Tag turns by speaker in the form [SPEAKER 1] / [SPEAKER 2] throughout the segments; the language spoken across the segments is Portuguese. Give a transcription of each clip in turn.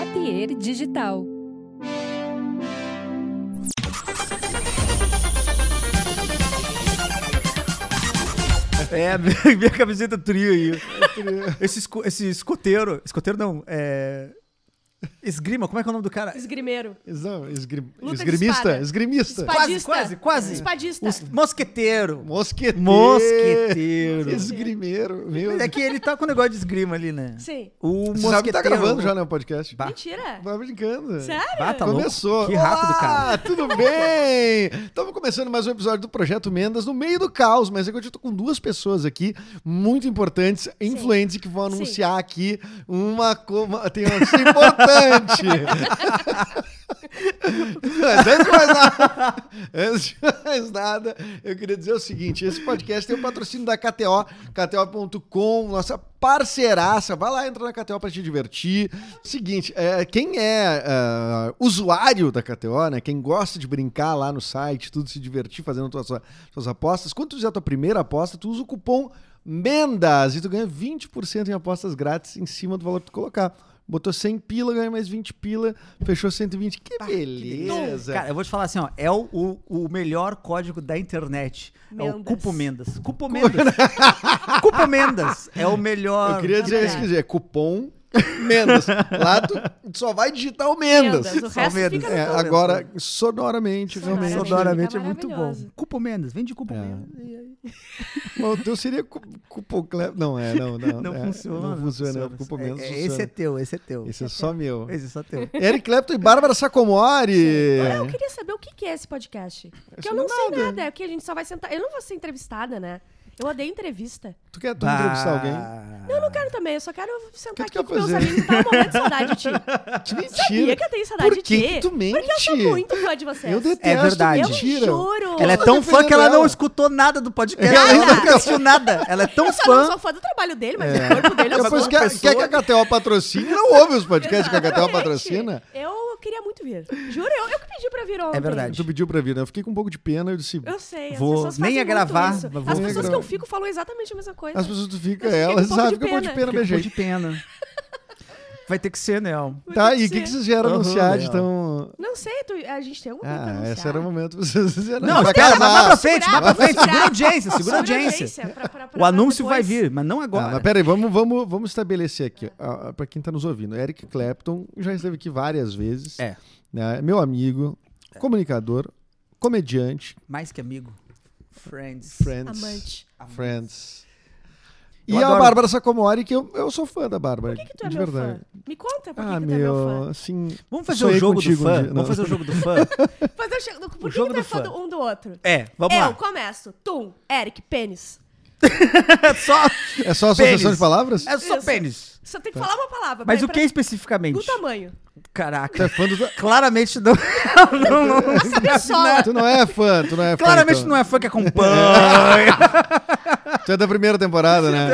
[SPEAKER 1] Ateliê Digital.
[SPEAKER 2] É, minha, minha camiseta trio aí. Esse, esco, esse escoteiro. Escoteiro não, é. Esgrima, como é que é o nome do cara?
[SPEAKER 3] Esgrimeiro.
[SPEAKER 4] Não, esgrim-
[SPEAKER 3] Luta de
[SPEAKER 4] esgrimista,
[SPEAKER 3] espada.
[SPEAKER 4] esgrimista.
[SPEAKER 3] Espada. Espadista.
[SPEAKER 2] Quase, quase, quase.
[SPEAKER 3] Espadista.
[SPEAKER 2] Os- mosqueteiro.
[SPEAKER 4] Mosqueteiro.
[SPEAKER 2] Mosqueteiro.
[SPEAKER 4] Esgrimeiro. Meu
[SPEAKER 2] Mas É que ele tá com o negócio de esgrima ali, né?
[SPEAKER 3] Sim.
[SPEAKER 2] O
[SPEAKER 4] Você sabe que tá
[SPEAKER 2] mosqueteiro- é um
[SPEAKER 4] gravando já, né, o podcast?
[SPEAKER 2] Bah.
[SPEAKER 3] Mentira.
[SPEAKER 4] Tá brincando.
[SPEAKER 3] Sério?
[SPEAKER 2] Bah, tá louco.
[SPEAKER 4] Começou. Ah,
[SPEAKER 2] Que rápido,
[SPEAKER 4] Olá,
[SPEAKER 2] cara.
[SPEAKER 4] tudo bem? Estamos começando mais um episódio do Projeto Mendas no meio do caos, mas é que eu tô com duas pessoas aqui muito importantes, influentes, que vão
[SPEAKER 3] Sim.
[SPEAKER 4] anunciar aqui uma... co- uma tem uma notícia importante. Mas antes de mais nada, antes de mais nada, eu queria dizer o seguinte: esse podcast tem o patrocínio da KTO, KTO.com, nossa parceiraça. Vai lá, entra na KTO pra te divertir. Seguinte, é, quem é ah, usuário da KTO, né? Quem gosta de brincar lá no site, tudo se divertir fazendo tuas, suas apostas, quando tu fizer a tua primeira aposta, tu usa o cupom MENDAS e tu ganha 20% em apostas grátis em cima do valor que tu colocar. Botou 100 pila, ganha mais 20 pila, fechou 120. Que beleza!
[SPEAKER 2] Cara, eu vou te falar assim, ó. É o, o, o melhor código da internet. É o
[SPEAKER 3] Mendas.
[SPEAKER 2] Cupo Mendas. Cupo Mendas. Cupo Mendas. É o melhor.
[SPEAKER 4] Eu queria dizer
[SPEAKER 3] verdade.
[SPEAKER 4] isso, quer dizer, é cupom Mendas. Lá tu tu só vai digitar o Mendas.
[SPEAKER 3] Mendas, o
[SPEAKER 2] Só
[SPEAKER 3] resto
[SPEAKER 2] Mendas.
[SPEAKER 3] fica no
[SPEAKER 4] É,
[SPEAKER 3] teu.
[SPEAKER 4] agora, sonoramente, realmente.
[SPEAKER 3] Sonoramente.
[SPEAKER 2] Sonoramente é
[SPEAKER 3] Fica
[SPEAKER 2] muito bom.
[SPEAKER 3] maravilhoso.
[SPEAKER 2] Cupo Mendas. Vende Cupo
[SPEAKER 4] É.
[SPEAKER 2] Mendas. E aí?
[SPEAKER 4] Mas O teu seria cu- cupom Cleber. Não, é, não, não.
[SPEAKER 2] Não
[SPEAKER 4] é,
[SPEAKER 2] funciona.
[SPEAKER 4] Não funciona, é, o cupom Mendas
[SPEAKER 2] É, é,
[SPEAKER 4] funciona.
[SPEAKER 2] esse é teu, esse é teu.
[SPEAKER 4] Esse é só meu.
[SPEAKER 2] Esse é só teu.
[SPEAKER 4] Eric Clapton e Bárbara Sacomori.
[SPEAKER 3] Ah, eu queria saber o que que é esse podcast. Porque eu não sei nada. É que a gente só vai sentar. Eu não vou ser entrevistada, né? Eu odeio entrevista.
[SPEAKER 4] Tu quer tu entrevistar alguém?
[SPEAKER 2] Não,
[SPEAKER 3] Eu não quero também, eu só quero sentar
[SPEAKER 4] O que tu
[SPEAKER 3] aqui
[SPEAKER 4] quer
[SPEAKER 3] com meus
[SPEAKER 4] fazer?
[SPEAKER 3] amigos e dar um momento de saudade de ti. Sabia
[SPEAKER 4] Que Mentira.
[SPEAKER 3] que eu tenho saudade
[SPEAKER 4] Por
[SPEAKER 3] de
[SPEAKER 4] que,
[SPEAKER 3] ti.
[SPEAKER 4] que tu mente?
[SPEAKER 3] Porque eu sou muito fã de vocês.
[SPEAKER 4] Eu detesto.
[SPEAKER 2] verdade.
[SPEAKER 3] Eu
[SPEAKER 4] Mentira.
[SPEAKER 3] juro.
[SPEAKER 2] Ela é
[SPEAKER 4] tô
[SPEAKER 2] tão fã que
[SPEAKER 4] defendendo
[SPEAKER 2] ela não
[SPEAKER 4] ela.
[SPEAKER 2] escutou nada do podcast.
[SPEAKER 4] Nada.
[SPEAKER 2] Ela nunca assistiu nada. Ela é tão
[SPEAKER 3] eu só não
[SPEAKER 2] fã.
[SPEAKER 3] sou fã do trabalho dele, mas do corpo dele é eu sou
[SPEAKER 4] Depois
[SPEAKER 3] fã.
[SPEAKER 4] quer, quer que a KTO patrocine? Não ouve os podcasts que a KTO
[SPEAKER 3] Exatamente.
[SPEAKER 4] patrocina?
[SPEAKER 3] Eu queria muito vir. Juro, eu, eu que pedi pra vir ontem.
[SPEAKER 2] verdade.
[SPEAKER 4] Tu pediu pra vir, né? Eu fiquei com um pouco de pena. Eu disse,
[SPEAKER 3] Eu sei, as
[SPEAKER 2] Vou
[SPEAKER 3] pessoas
[SPEAKER 2] nem
[SPEAKER 3] fazem
[SPEAKER 2] ia gravar,
[SPEAKER 3] muito isso.
[SPEAKER 2] mas vou
[SPEAKER 3] As
[SPEAKER 4] nem
[SPEAKER 3] pessoas que
[SPEAKER 4] gravar.
[SPEAKER 3] eu fico falam exatamente a mesma coisa.
[SPEAKER 4] As pessoas tu fica,
[SPEAKER 3] Eu fiquei com
[SPEAKER 4] elas
[SPEAKER 3] um pouco
[SPEAKER 4] ah,
[SPEAKER 3] de
[SPEAKER 4] fica um pouco de
[SPEAKER 3] pena.
[SPEAKER 4] pena, minha
[SPEAKER 2] Ficou de
[SPEAKER 4] gente.
[SPEAKER 2] pena. Vai ter que ser, né? ó.
[SPEAKER 3] Vai
[SPEAKER 4] Tá,
[SPEAKER 3] ter
[SPEAKER 4] e o
[SPEAKER 3] ser.
[SPEAKER 4] que, que vocês vieram
[SPEAKER 2] Aham,
[SPEAKER 4] anunciar de
[SPEAKER 2] Léo.
[SPEAKER 4] tão.
[SPEAKER 3] Não sei, tu- a gente tem alguma coisa pra
[SPEAKER 4] Ah, esse
[SPEAKER 3] anunciar.
[SPEAKER 4] era o momento pra vocês dizerem.
[SPEAKER 2] Não,
[SPEAKER 4] pra
[SPEAKER 2] espera, mas vai pra
[SPEAKER 4] casar.
[SPEAKER 2] frente, vai
[SPEAKER 3] segurar,
[SPEAKER 2] pra frente.
[SPEAKER 3] segurar.
[SPEAKER 2] Segura a audiência, segura a
[SPEAKER 3] Sobre
[SPEAKER 2] audiência.
[SPEAKER 3] pra- pra- pra-
[SPEAKER 2] O anúncio
[SPEAKER 3] depois.
[SPEAKER 2] vai vir, mas não
[SPEAKER 4] Ah, mas
[SPEAKER 2] agora.
[SPEAKER 4] peraí, vamos, vamos, vamos estabelecer aqui, ah, ah, pra quem tá nos ouvindo. Eric Clapton já esteve aqui várias vezes.
[SPEAKER 2] É.
[SPEAKER 4] né? Meu amigo, comunicador, comediante,
[SPEAKER 2] Mais que amigo. Friends.
[SPEAKER 4] Friends.
[SPEAKER 3] Amante.
[SPEAKER 4] Friends.
[SPEAKER 2] Eu
[SPEAKER 4] E a
[SPEAKER 2] adoro.
[SPEAKER 4] Bárbara Sacomori, que eu, eu sou fã da Bárbara.
[SPEAKER 3] Por que, que tu é
[SPEAKER 4] de
[SPEAKER 3] meu
[SPEAKER 4] verdade.
[SPEAKER 3] fã? Me conta por que,
[SPEAKER 4] Ah,
[SPEAKER 3] que tu é meu
[SPEAKER 4] meu,
[SPEAKER 3] fã.
[SPEAKER 4] assim.
[SPEAKER 2] Vamos fazer
[SPEAKER 4] sonhei
[SPEAKER 2] o jogo do
[SPEAKER 4] contigo um
[SPEAKER 2] fã?
[SPEAKER 4] dia. Não.
[SPEAKER 2] Vamos fazer o jogo do fã?
[SPEAKER 3] Mas eu chego- por que,
[SPEAKER 2] jogo
[SPEAKER 3] que tu é
[SPEAKER 2] do
[SPEAKER 3] fã
[SPEAKER 2] fã.
[SPEAKER 3] do- um do outro?
[SPEAKER 2] É, vamos
[SPEAKER 3] eu
[SPEAKER 2] lá.
[SPEAKER 3] começo. Tum, Eric, pênis.
[SPEAKER 2] É só,
[SPEAKER 4] É só associação
[SPEAKER 2] Pênis.
[SPEAKER 4] de palavras?
[SPEAKER 2] é só
[SPEAKER 3] Isso.
[SPEAKER 2] pênis.
[SPEAKER 3] Só tem que falar uma palavra.
[SPEAKER 2] Mas
[SPEAKER 3] pra-
[SPEAKER 2] o que
[SPEAKER 3] pra-
[SPEAKER 2] especificamente?
[SPEAKER 3] O tamanho.
[SPEAKER 4] Tu é
[SPEAKER 2] Caraca.
[SPEAKER 4] fã do.
[SPEAKER 2] Claramente não. não, não, não.
[SPEAKER 3] Pessoal.
[SPEAKER 4] Tu não é fã, tu não é fã.
[SPEAKER 2] Claramente
[SPEAKER 4] então.
[SPEAKER 2] não é fã que acompanha.
[SPEAKER 4] Tu é da primeira temporada, né?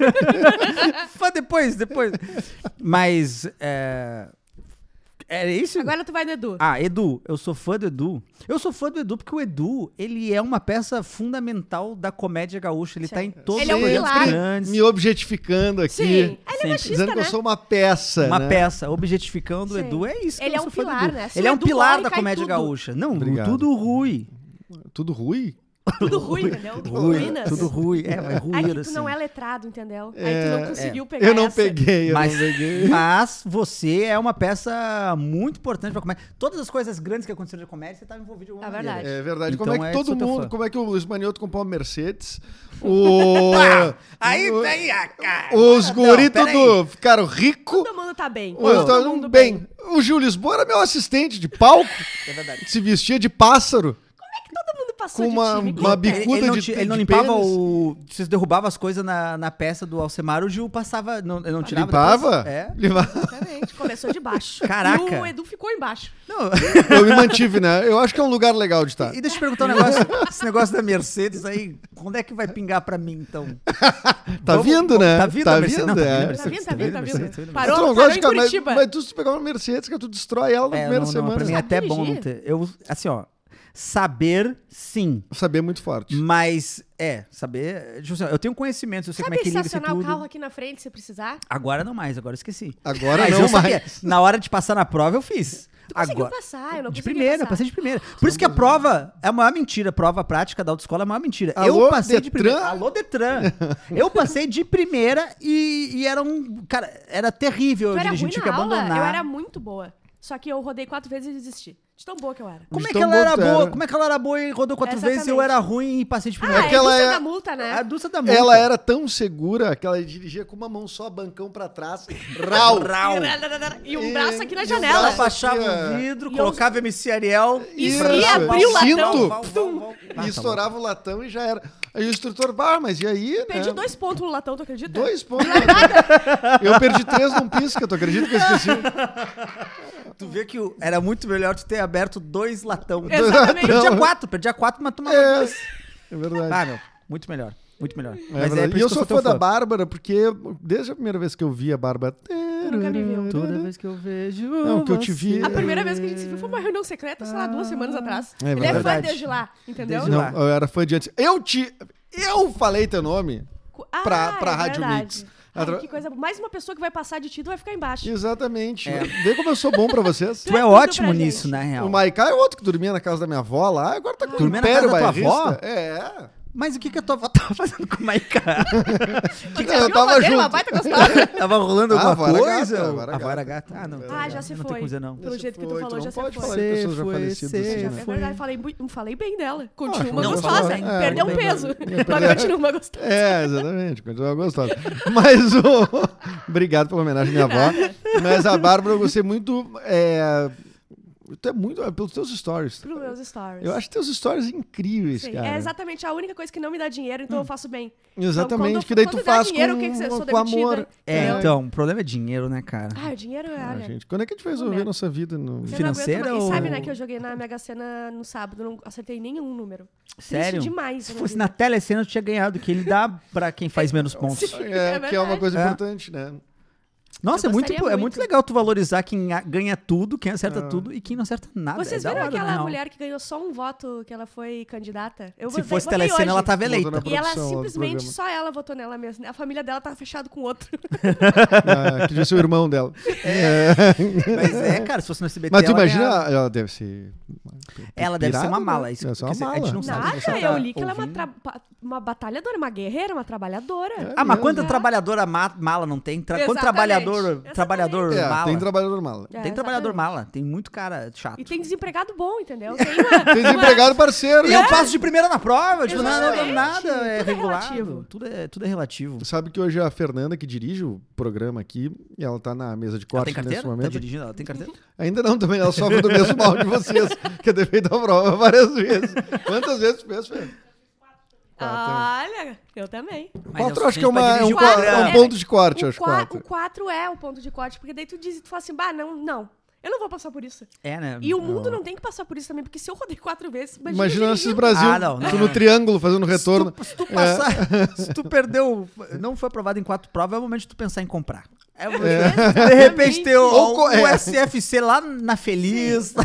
[SPEAKER 2] É fã depois, depois. Mas. É... Era isso?
[SPEAKER 3] Agora tu vai no Edu.
[SPEAKER 2] Ah, Edu, eu sou fã do Edu. Eu sou fã do Edu porque o Edu, ele é uma peça fundamental da comédia gaúcha. Ele
[SPEAKER 3] Sim.
[SPEAKER 2] tá em todos
[SPEAKER 3] Ele é um
[SPEAKER 2] os eventos
[SPEAKER 3] pilar.
[SPEAKER 2] grandes.
[SPEAKER 4] Me objetificando aqui.
[SPEAKER 3] Sim. Ele é
[SPEAKER 2] Sempre.
[SPEAKER 3] machista,
[SPEAKER 4] Dizendo que
[SPEAKER 3] né?
[SPEAKER 4] eu sou uma peça.
[SPEAKER 2] Uma
[SPEAKER 4] né?
[SPEAKER 2] peça, objetificando o
[SPEAKER 3] Sim.
[SPEAKER 2] Edu. É isso que eu
[SPEAKER 3] Ele é
[SPEAKER 2] sou
[SPEAKER 3] um
[SPEAKER 2] fã do
[SPEAKER 3] pilar,
[SPEAKER 2] Edu.
[SPEAKER 3] né? Se
[SPEAKER 2] Ele é
[SPEAKER 3] o
[SPEAKER 2] um
[SPEAKER 3] Edu
[SPEAKER 2] pilar
[SPEAKER 3] morre,
[SPEAKER 2] da
[SPEAKER 3] cai
[SPEAKER 2] comédia
[SPEAKER 3] tudo.
[SPEAKER 2] gaúcha. Não,
[SPEAKER 4] Obrigado.
[SPEAKER 2] tudo ruim.
[SPEAKER 4] Tudo ruim?
[SPEAKER 3] Tudo ruim, entendeu? Ruínas.
[SPEAKER 2] tudo ruim. É, vai
[SPEAKER 3] Aí
[SPEAKER 2] ruir
[SPEAKER 3] que tu
[SPEAKER 2] assim.
[SPEAKER 3] não é letrado, entendeu? Aí tu
[SPEAKER 4] É,
[SPEAKER 3] não conseguiu pegar
[SPEAKER 4] Eu não
[SPEAKER 3] essa.
[SPEAKER 4] peguei, eu
[SPEAKER 2] Mas,
[SPEAKER 4] não peguei.
[SPEAKER 2] mas você é uma peça muito importante pra comédia. Todas as coisas grandes que aconteceram de comédia, você tá envolvido de alguma
[SPEAKER 3] É
[SPEAKER 2] maneira.
[SPEAKER 3] verdade.
[SPEAKER 4] É verdade.
[SPEAKER 2] Então
[SPEAKER 4] como é que
[SPEAKER 2] é, sou
[SPEAKER 4] todo
[SPEAKER 2] teu
[SPEAKER 4] mundo.
[SPEAKER 2] fã.
[SPEAKER 4] Como é que o Luiz Manioto comprou uma Mercedes? O.
[SPEAKER 2] Ah, Aí
[SPEAKER 4] É. o-
[SPEAKER 2] vem a cara.
[SPEAKER 4] Os
[SPEAKER 2] Não,
[SPEAKER 4] guri
[SPEAKER 2] peraí.
[SPEAKER 4] tudo ficaram ricos.
[SPEAKER 3] Todo mundo tá bem.
[SPEAKER 4] Hoje tá
[SPEAKER 3] Todo
[SPEAKER 4] um
[SPEAKER 3] mundo
[SPEAKER 4] bem. O Gil Lisboa era meu assistente de palco,
[SPEAKER 2] É verdade.
[SPEAKER 4] se vestia de pássaro.
[SPEAKER 3] Como é que todo mundo passou
[SPEAKER 4] Com uma-
[SPEAKER 3] de time?
[SPEAKER 4] uma bicuda.
[SPEAKER 2] Ele, ele não,
[SPEAKER 4] de-
[SPEAKER 2] ti-
[SPEAKER 4] de
[SPEAKER 2] ele não limpava
[SPEAKER 4] pênis.
[SPEAKER 2] o. Vocês derrubavam as coisas na, na peça do Alcemar, o Gil passava. Não, não tirava.
[SPEAKER 4] Limpava?
[SPEAKER 2] depois? É.
[SPEAKER 4] Limpava.
[SPEAKER 3] Exatamente. Começou de baixo.
[SPEAKER 2] Caraca.
[SPEAKER 3] E o Edu ficou embaixo.
[SPEAKER 2] Não,
[SPEAKER 4] Eu me mantive, né? Eu acho que é um lugar legal de estar.
[SPEAKER 2] e deixa eu te perguntar um negócio. Esse negócio da Mercedes aí, quando é que vai pingar pra mim, então?
[SPEAKER 4] Tá
[SPEAKER 2] Vamos-
[SPEAKER 4] vindo, né?
[SPEAKER 2] Tá vindo,
[SPEAKER 4] Tá
[SPEAKER 2] a Mercedes. Não,
[SPEAKER 4] vindo, é. né?
[SPEAKER 2] a
[SPEAKER 4] Tá
[SPEAKER 2] Mercedes,
[SPEAKER 3] vindo, tá vindo,
[SPEAKER 2] a
[SPEAKER 3] tá
[SPEAKER 2] Mercedes,
[SPEAKER 3] vindo.
[SPEAKER 2] a Mercedes.
[SPEAKER 3] Parou,
[SPEAKER 4] tu não
[SPEAKER 3] parou
[SPEAKER 4] gosta de
[SPEAKER 3] em
[SPEAKER 4] ficar, mas,
[SPEAKER 3] Curitiba.
[SPEAKER 4] mas tu se tu pegar uma Mercedes, que tu destrói ela na
[SPEAKER 2] É,
[SPEAKER 4] primeira
[SPEAKER 2] não, não,
[SPEAKER 4] semana.
[SPEAKER 2] pra mim é
[SPEAKER 3] Sabe
[SPEAKER 2] até bom
[SPEAKER 3] dirigir?
[SPEAKER 2] não ter. Eu, assim, ó. Saber, sim.
[SPEAKER 4] Saber é muito
[SPEAKER 2] Hum.
[SPEAKER 4] forte.
[SPEAKER 2] Mas, é, saber. Tipo assim, eu tenho conhecimento, eu sei
[SPEAKER 3] Sabe
[SPEAKER 2] como é que liga
[SPEAKER 3] estacionar
[SPEAKER 2] tudo.
[SPEAKER 3] o carro aqui na frente se precisar?
[SPEAKER 2] Agora não mais, agora eu esqueci.
[SPEAKER 4] Agora
[SPEAKER 2] Mas
[SPEAKER 4] não
[SPEAKER 2] eu sabia.
[SPEAKER 4] mais.
[SPEAKER 2] Na hora de passar na prova, eu fiz.
[SPEAKER 3] Conseguiu
[SPEAKER 2] Agora.
[SPEAKER 3] passar, eu não
[SPEAKER 2] De
[SPEAKER 3] consegui
[SPEAKER 2] primeira, eu
[SPEAKER 3] passar.
[SPEAKER 2] passei de primeira. Por isso que a prova é a maior mentira. A prova prática da autoescola é a maior mentira. eu
[SPEAKER 4] Alô,
[SPEAKER 2] passei de
[SPEAKER 4] Detran?
[SPEAKER 2] primeira. Alô, Detran. eu passei de primeira e, e era um. Cara, era terrível.
[SPEAKER 3] Tu
[SPEAKER 2] eu
[SPEAKER 3] Então, era
[SPEAKER 2] dirigi,
[SPEAKER 3] ruim
[SPEAKER 2] tive que
[SPEAKER 3] na aula?
[SPEAKER 2] abandonar.
[SPEAKER 3] Eu era muito boa. Só que eu rodei quatro vezes e desisti. De tão boa que eu era.
[SPEAKER 2] Como é
[SPEAKER 4] De
[SPEAKER 2] que
[SPEAKER 4] tão
[SPEAKER 2] ela
[SPEAKER 4] bom
[SPEAKER 2] era
[SPEAKER 4] que tu
[SPEAKER 2] boa?
[SPEAKER 4] era.
[SPEAKER 2] Como é que ela era boa e rodou quatro vezes e eu
[SPEAKER 3] Exatamente.
[SPEAKER 2] era ruim e passei de primeira?
[SPEAKER 3] Ah, é,
[SPEAKER 4] Aquela
[SPEAKER 3] a indústria
[SPEAKER 4] é-
[SPEAKER 3] da multa, né?
[SPEAKER 2] A Dulce da Multa.
[SPEAKER 4] Ela era tão segura que ela dirigia com uma mão só, bancão pra trás. Rau!
[SPEAKER 2] Rau.
[SPEAKER 3] E um braço aqui na
[SPEAKER 4] E um
[SPEAKER 3] janela.
[SPEAKER 2] Ela
[SPEAKER 4] braço-
[SPEAKER 2] baixava o vidro, colocava MC Ariel.
[SPEAKER 4] Isso,
[SPEAKER 2] Rau,
[SPEAKER 4] e
[SPEAKER 3] abria o
[SPEAKER 2] Rau,
[SPEAKER 4] latão.
[SPEAKER 2] Rau, Rau, Rau. Ah, tá
[SPEAKER 4] E estourava o latão e já era. Aí o instrutor, bah, mas e aí? né?
[SPEAKER 3] Perdi dois pontos no latão, tu acredita?
[SPEAKER 4] Dois pontos. eu perdi três num pisca, tu acredita que eu esqueci?
[SPEAKER 2] louco. Tu vê que o- era muito melhor tu ter aberto dois latão.
[SPEAKER 3] Exatamente.
[SPEAKER 2] Perdi a quatro, perdi a quatro, mas tu matou
[SPEAKER 4] É,
[SPEAKER 2] dois.
[SPEAKER 4] é verdade.
[SPEAKER 2] Ah, meu, muito melhor. Muito melhor.
[SPEAKER 4] É
[SPEAKER 2] Mas é
[SPEAKER 4] verdade.
[SPEAKER 2] por isso
[SPEAKER 4] e eu
[SPEAKER 2] que
[SPEAKER 4] sou
[SPEAKER 2] teu
[SPEAKER 4] fã da Bárbara, porque desde a primeira vez que eu vi a Bárbara.
[SPEAKER 3] nunca me viu.
[SPEAKER 2] Toda vez que eu vejo.
[SPEAKER 4] né? Não, que eu te vi- né?
[SPEAKER 2] você-
[SPEAKER 3] A primeira vez que a gente se viu foi uma reunião secreta, sei lá, duas semanas atrás.
[SPEAKER 4] É
[SPEAKER 3] Ele é fã
[SPEAKER 2] verdade.
[SPEAKER 3] desde lá, entendeu?
[SPEAKER 2] Desde
[SPEAKER 4] Não,
[SPEAKER 2] lá.
[SPEAKER 4] eu era fã de antes. Eu te. Eu falei teu nome
[SPEAKER 3] Ah,
[SPEAKER 4] pra, pra
[SPEAKER 3] é
[SPEAKER 4] Rádio
[SPEAKER 3] verdade.
[SPEAKER 4] Mix.
[SPEAKER 3] Ai,
[SPEAKER 4] Atra-
[SPEAKER 3] que coisa. Mais uma pessoa que vai passar de ti, tu vai ficar embaixo.
[SPEAKER 4] Exatamente.
[SPEAKER 2] É.
[SPEAKER 4] Vê como eu sou bom pra vocês.
[SPEAKER 2] Tu é
[SPEAKER 3] tudo
[SPEAKER 2] ótimo
[SPEAKER 3] pra gente.
[SPEAKER 2] nisso, na real.
[SPEAKER 4] O Maiká é outro que dormia na casa da minha avó lá, agora tá com o
[SPEAKER 2] Dormia na
[SPEAKER 4] império
[SPEAKER 2] casa da tua
[SPEAKER 4] bairrista.
[SPEAKER 2] avó?
[SPEAKER 4] É.
[SPEAKER 2] Mas o que, que a tua avó tava fazendo com o Maiká?
[SPEAKER 3] Mas
[SPEAKER 4] Não, eu
[SPEAKER 3] viu a
[SPEAKER 4] tava
[SPEAKER 3] bandeira,
[SPEAKER 4] junto.
[SPEAKER 3] Uma baita gostosa.
[SPEAKER 2] tava rolando
[SPEAKER 4] Ah,
[SPEAKER 2] alguma
[SPEAKER 4] vara gata,
[SPEAKER 2] coisa?
[SPEAKER 4] vara
[SPEAKER 2] a
[SPEAKER 4] gata.
[SPEAKER 2] vara gata. Ah, não.
[SPEAKER 3] Ah, já se
[SPEAKER 2] não
[SPEAKER 3] foi.
[SPEAKER 2] Tem como dizer, não.
[SPEAKER 3] Pelo
[SPEAKER 4] Já
[SPEAKER 3] jeito
[SPEAKER 4] se
[SPEAKER 3] que tu
[SPEAKER 4] foi,
[SPEAKER 3] falou,
[SPEAKER 4] não
[SPEAKER 3] já se
[SPEAKER 4] pode
[SPEAKER 3] foi.
[SPEAKER 4] falar de pessoas já
[SPEAKER 2] Você
[SPEAKER 4] falecidas.
[SPEAKER 2] foi,
[SPEAKER 4] assim,
[SPEAKER 2] você
[SPEAKER 4] né?
[SPEAKER 3] É verdade, falei, bui- falei bem dela.
[SPEAKER 4] Ah,
[SPEAKER 3] Continua
[SPEAKER 4] não,
[SPEAKER 3] gostosa.
[SPEAKER 4] é,
[SPEAKER 3] Perdeu um
[SPEAKER 4] não,
[SPEAKER 3] peso.
[SPEAKER 4] não,
[SPEAKER 3] Mas
[SPEAKER 4] não.
[SPEAKER 3] continua uma gostosa.
[SPEAKER 4] É, exatamente, continua gostosa. Mas o. Obrigado pela homenagem à minha avó. Mas a Bárbara, eu gostei muito. É... Tu é muito. é Pelos teus stories.
[SPEAKER 3] Pros meus stories.
[SPEAKER 4] Eu acho teus stories incríveis,
[SPEAKER 3] Sim,
[SPEAKER 4] cara.
[SPEAKER 3] É exatamente a única coisa que não me dá dinheiro, então eu faço bem.
[SPEAKER 4] Exatamente,
[SPEAKER 3] Quando-
[SPEAKER 4] que daí tu
[SPEAKER 3] quando dá
[SPEAKER 4] faz
[SPEAKER 3] dinheiro,
[SPEAKER 4] com,
[SPEAKER 3] o que que você- sou
[SPEAKER 4] com amor.
[SPEAKER 3] demitida?
[SPEAKER 2] É,
[SPEAKER 4] né?
[SPEAKER 3] Entendeu?
[SPEAKER 2] então, o problema é dinheiro, né, cara?
[SPEAKER 3] Ah, o dinheiro é.
[SPEAKER 4] Ah,
[SPEAKER 3] olha,
[SPEAKER 4] gente, quando é que a gente vai resolver
[SPEAKER 3] Momento.
[SPEAKER 4] nossa vida? No...
[SPEAKER 3] eu não
[SPEAKER 2] financeira
[SPEAKER 3] aguento mais. E
[SPEAKER 2] ou-
[SPEAKER 3] sabe, né, que eu joguei na Mega Sena no sábado, não acertei nenhum número.
[SPEAKER 2] Sério?
[SPEAKER 3] Triste demais.
[SPEAKER 2] Se
[SPEAKER 3] né,
[SPEAKER 2] fosse
[SPEAKER 3] vida?
[SPEAKER 2] na telecena, eu tinha ganhado, que ele dá pra quem faz menos pontos.
[SPEAKER 3] Sim,
[SPEAKER 4] É, que é uma
[SPEAKER 3] verdade.
[SPEAKER 4] coisa
[SPEAKER 2] É.
[SPEAKER 4] importante, né?
[SPEAKER 2] Nossa, é
[SPEAKER 3] Eu
[SPEAKER 2] muito,
[SPEAKER 3] gostaria
[SPEAKER 2] impo- é muito
[SPEAKER 3] muito.
[SPEAKER 2] legal tu valorizar quem a- ganha tudo, quem acerta
[SPEAKER 4] Ah.
[SPEAKER 2] tudo e quem não acerta nada.
[SPEAKER 3] Vocês
[SPEAKER 2] é da
[SPEAKER 3] viram
[SPEAKER 2] hora,
[SPEAKER 3] aquela
[SPEAKER 2] né?
[SPEAKER 3] mulher que ganhou só um voto, que ela foi candidata? Eu
[SPEAKER 2] Se
[SPEAKER 3] votei-
[SPEAKER 2] fosse
[SPEAKER 3] votei
[SPEAKER 2] telecena,
[SPEAKER 3] hoje.
[SPEAKER 2] ela tava
[SPEAKER 4] Voltou
[SPEAKER 2] eleita.
[SPEAKER 4] na
[SPEAKER 3] E ela
[SPEAKER 4] produção lá do
[SPEAKER 3] simplesmente,
[SPEAKER 4] programa.
[SPEAKER 3] só ela votou nela mesma. A família dela tava fechada com outro.
[SPEAKER 4] Ah, que devia ser o irmão dela.
[SPEAKER 2] Mas é, cara, se fosse no SBT.
[SPEAKER 4] Mas tu
[SPEAKER 2] ela
[SPEAKER 4] imagina,
[SPEAKER 2] ganhava.
[SPEAKER 4] ela deve ser.
[SPEAKER 2] Ela deve ser
[SPEAKER 4] pirada,
[SPEAKER 2] uma
[SPEAKER 4] né?
[SPEAKER 2] mala. Isso,
[SPEAKER 4] Deve ser
[SPEAKER 2] quer
[SPEAKER 4] uma
[SPEAKER 2] dizer,
[SPEAKER 4] mala.
[SPEAKER 2] A gente não sabe.
[SPEAKER 3] Nada,
[SPEAKER 2] você
[SPEAKER 3] eu
[SPEAKER 2] tá
[SPEAKER 3] li que ela é uma,
[SPEAKER 2] ouvindo.
[SPEAKER 3] traba- uma batalhadora, uma guerreira, uma trabalhadora.
[SPEAKER 2] Ah, mas
[SPEAKER 4] mesmo. né?
[SPEAKER 2] quanta
[SPEAKER 3] É.
[SPEAKER 2] trabalhadora ma- mala não tem? Tra quanto
[SPEAKER 3] Exatamente.
[SPEAKER 2] trabalhador,
[SPEAKER 3] Exatamente.
[SPEAKER 2] trabalhador
[SPEAKER 4] É,
[SPEAKER 2] mala?
[SPEAKER 4] tem trabalhador mala.
[SPEAKER 3] É,
[SPEAKER 2] Tem trabalhador
[SPEAKER 3] exatamente.
[SPEAKER 2] mala. Tem muito cara chato.
[SPEAKER 3] E tem desempregado bom, entendeu? Tem uma,
[SPEAKER 4] Tem desempregado parceiro.
[SPEAKER 2] E eu passo de primeira na prova, tipo, não, não, não,
[SPEAKER 3] é. Exatamente.
[SPEAKER 2] nada é
[SPEAKER 3] Tudo é
[SPEAKER 2] regular.
[SPEAKER 3] relativo.
[SPEAKER 2] Tudo é, tudo é relativo.
[SPEAKER 4] Sabe que hoje é a Fernanda, que dirige o programa aqui, e ela tá na mesa de
[SPEAKER 2] Ela tem
[SPEAKER 4] corte nesse
[SPEAKER 2] carteira? Tá
[SPEAKER 4] momento.
[SPEAKER 2] dirigindo? Ela tem carteira?
[SPEAKER 4] Ainda não também, ela sofre do mesmo mal de vocês, que eu dei feito a prova várias vezes. Quantas vezes tu fez, Fernanda?
[SPEAKER 3] Olha, eu também.
[SPEAKER 2] Mas
[SPEAKER 4] Quatro
[SPEAKER 2] é o
[SPEAKER 4] acho que é, uma- é
[SPEAKER 2] suficiente
[SPEAKER 4] um,
[SPEAKER 2] pra dirigir o
[SPEAKER 4] qua- é um
[SPEAKER 3] né?
[SPEAKER 2] programa.
[SPEAKER 4] ponto de corte, acho,
[SPEAKER 3] o, qua-
[SPEAKER 4] quatro.
[SPEAKER 3] o 4 é o ponto de corte, porque daí tu diz, tu fala assim, bah, não, não, eu não vou passar por isso.
[SPEAKER 2] É, né?
[SPEAKER 3] E o mundo não tem que passar por isso também, porque se eu rodei quatro vezes, imagina,
[SPEAKER 4] Imagina
[SPEAKER 3] eu
[SPEAKER 4] esses
[SPEAKER 3] dirigindo.
[SPEAKER 4] Brasil,
[SPEAKER 2] Ah, não, não,
[SPEAKER 4] tu
[SPEAKER 2] não.
[SPEAKER 4] no triângulo fazendo retorno.
[SPEAKER 2] Se tu, se tu passar,
[SPEAKER 4] É.
[SPEAKER 2] se tu perdeu, não foi aprovado em quatro provas, é o momento de tu pensar em comprar. É o momento- De repente tem o,
[SPEAKER 4] Ou
[SPEAKER 2] o,
[SPEAKER 4] co- é.
[SPEAKER 2] SFC lá na Feliz.
[SPEAKER 3] Dá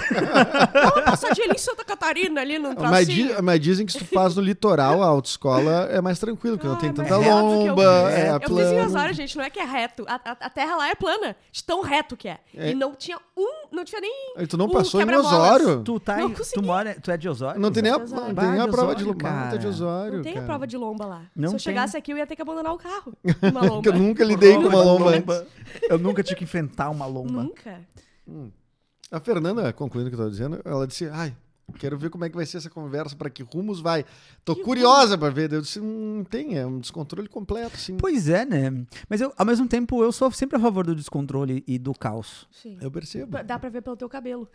[SPEAKER 3] uma passadinha ali em Santa Catarina, ali no
[SPEAKER 4] Mas,
[SPEAKER 3] tracinho.
[SPEAKER 4] di- mas dizem que se tu faz no litoral, a autoescola é mais tranquilo, que não
[SPEAKER 3] Ah,
[SPEAKER 4] tem
[SPEAKER 3] mas
[SPEAKER 4] tanta
[SPEAKER 3] é óbvio que eu-
[SPEAKER 4] lomba, é,
[SPEAKER 3] Eu fiz em
[SPEAKER 4] plano.
[SPEAKER 3] Osório, gente, não é que é reto. A, a- a terra lá é plana, de tão reto que é.
[SPEAKER 4] É.
[SPEAKER 3] E não tinha um, não tinha nem...
[SPEAKER 4] Aí tu não
[SPEAKER 3] um
[SPEAKER 4] passou em
[SPEAKER 3] quebra-molas.
[SPEAKER 4] Osório?
[SPEAKER 2] Tu tá
[SPEAKER 3] Não
[SPEAKER 2] em- tu
[SPEAKER 3] consegui.
[SPEAKER 2] mora, tu é de Osório?
[SPEAKER 4] Não tem nem a,
[SPEAKER 3] Osório.
[SPEAKER 4] não tem
[SPEAKER 2] Bah,
[SPEAKER 4] nem a
[SPEAKER 2] de
[SPEAKER 4] prova
[SPEAKER 2] Osório,
[SPEAKER 4] de lomba. Não tem de
[SPEAKER 2] cara.
[SPEAKER 4] Osório,
[SPEAKER 3] Não tem a
[SPEAKER 4] cara.
[SPEAKER 3] prova de lomba lá.
[SPEAKER 2] Não
[SPEAKER 3] Se
[SPEAKER 2] tem.
[SPEAKER 3] eu chegasse aqui, eu ia ter que abandonar o carro. Uma lomba.
[SPEAKER 4] Porque eu nunca lidei com uma lomba antes.
[SPEAKER 2] Eu nunca tive que enfrentar uma lomba.
[SPEAKER 3] Nunca.
[SPEAKER 4] A Fernanda, concluindo o que eu tava dizendo, ela disse, ai, quero ver como é que vai ser essa conversa, pra que rumos vai. Tô
[SPEAKER 3] Que
[SPEAKER 4] curiosa pra ver. Eu disse, não tem, é um descontrole completo, sim.
[SPEAKER 2] Pois é, né? Mas eu, ao mesmo tempo, eu sou sempre a favor do descontrole e do caos.
[SPEAKER 3] Sim.
[SPEAKER 4] Eu percebo.
[SPEAKER 3] P- Dá pra ver pelo teu cabelo.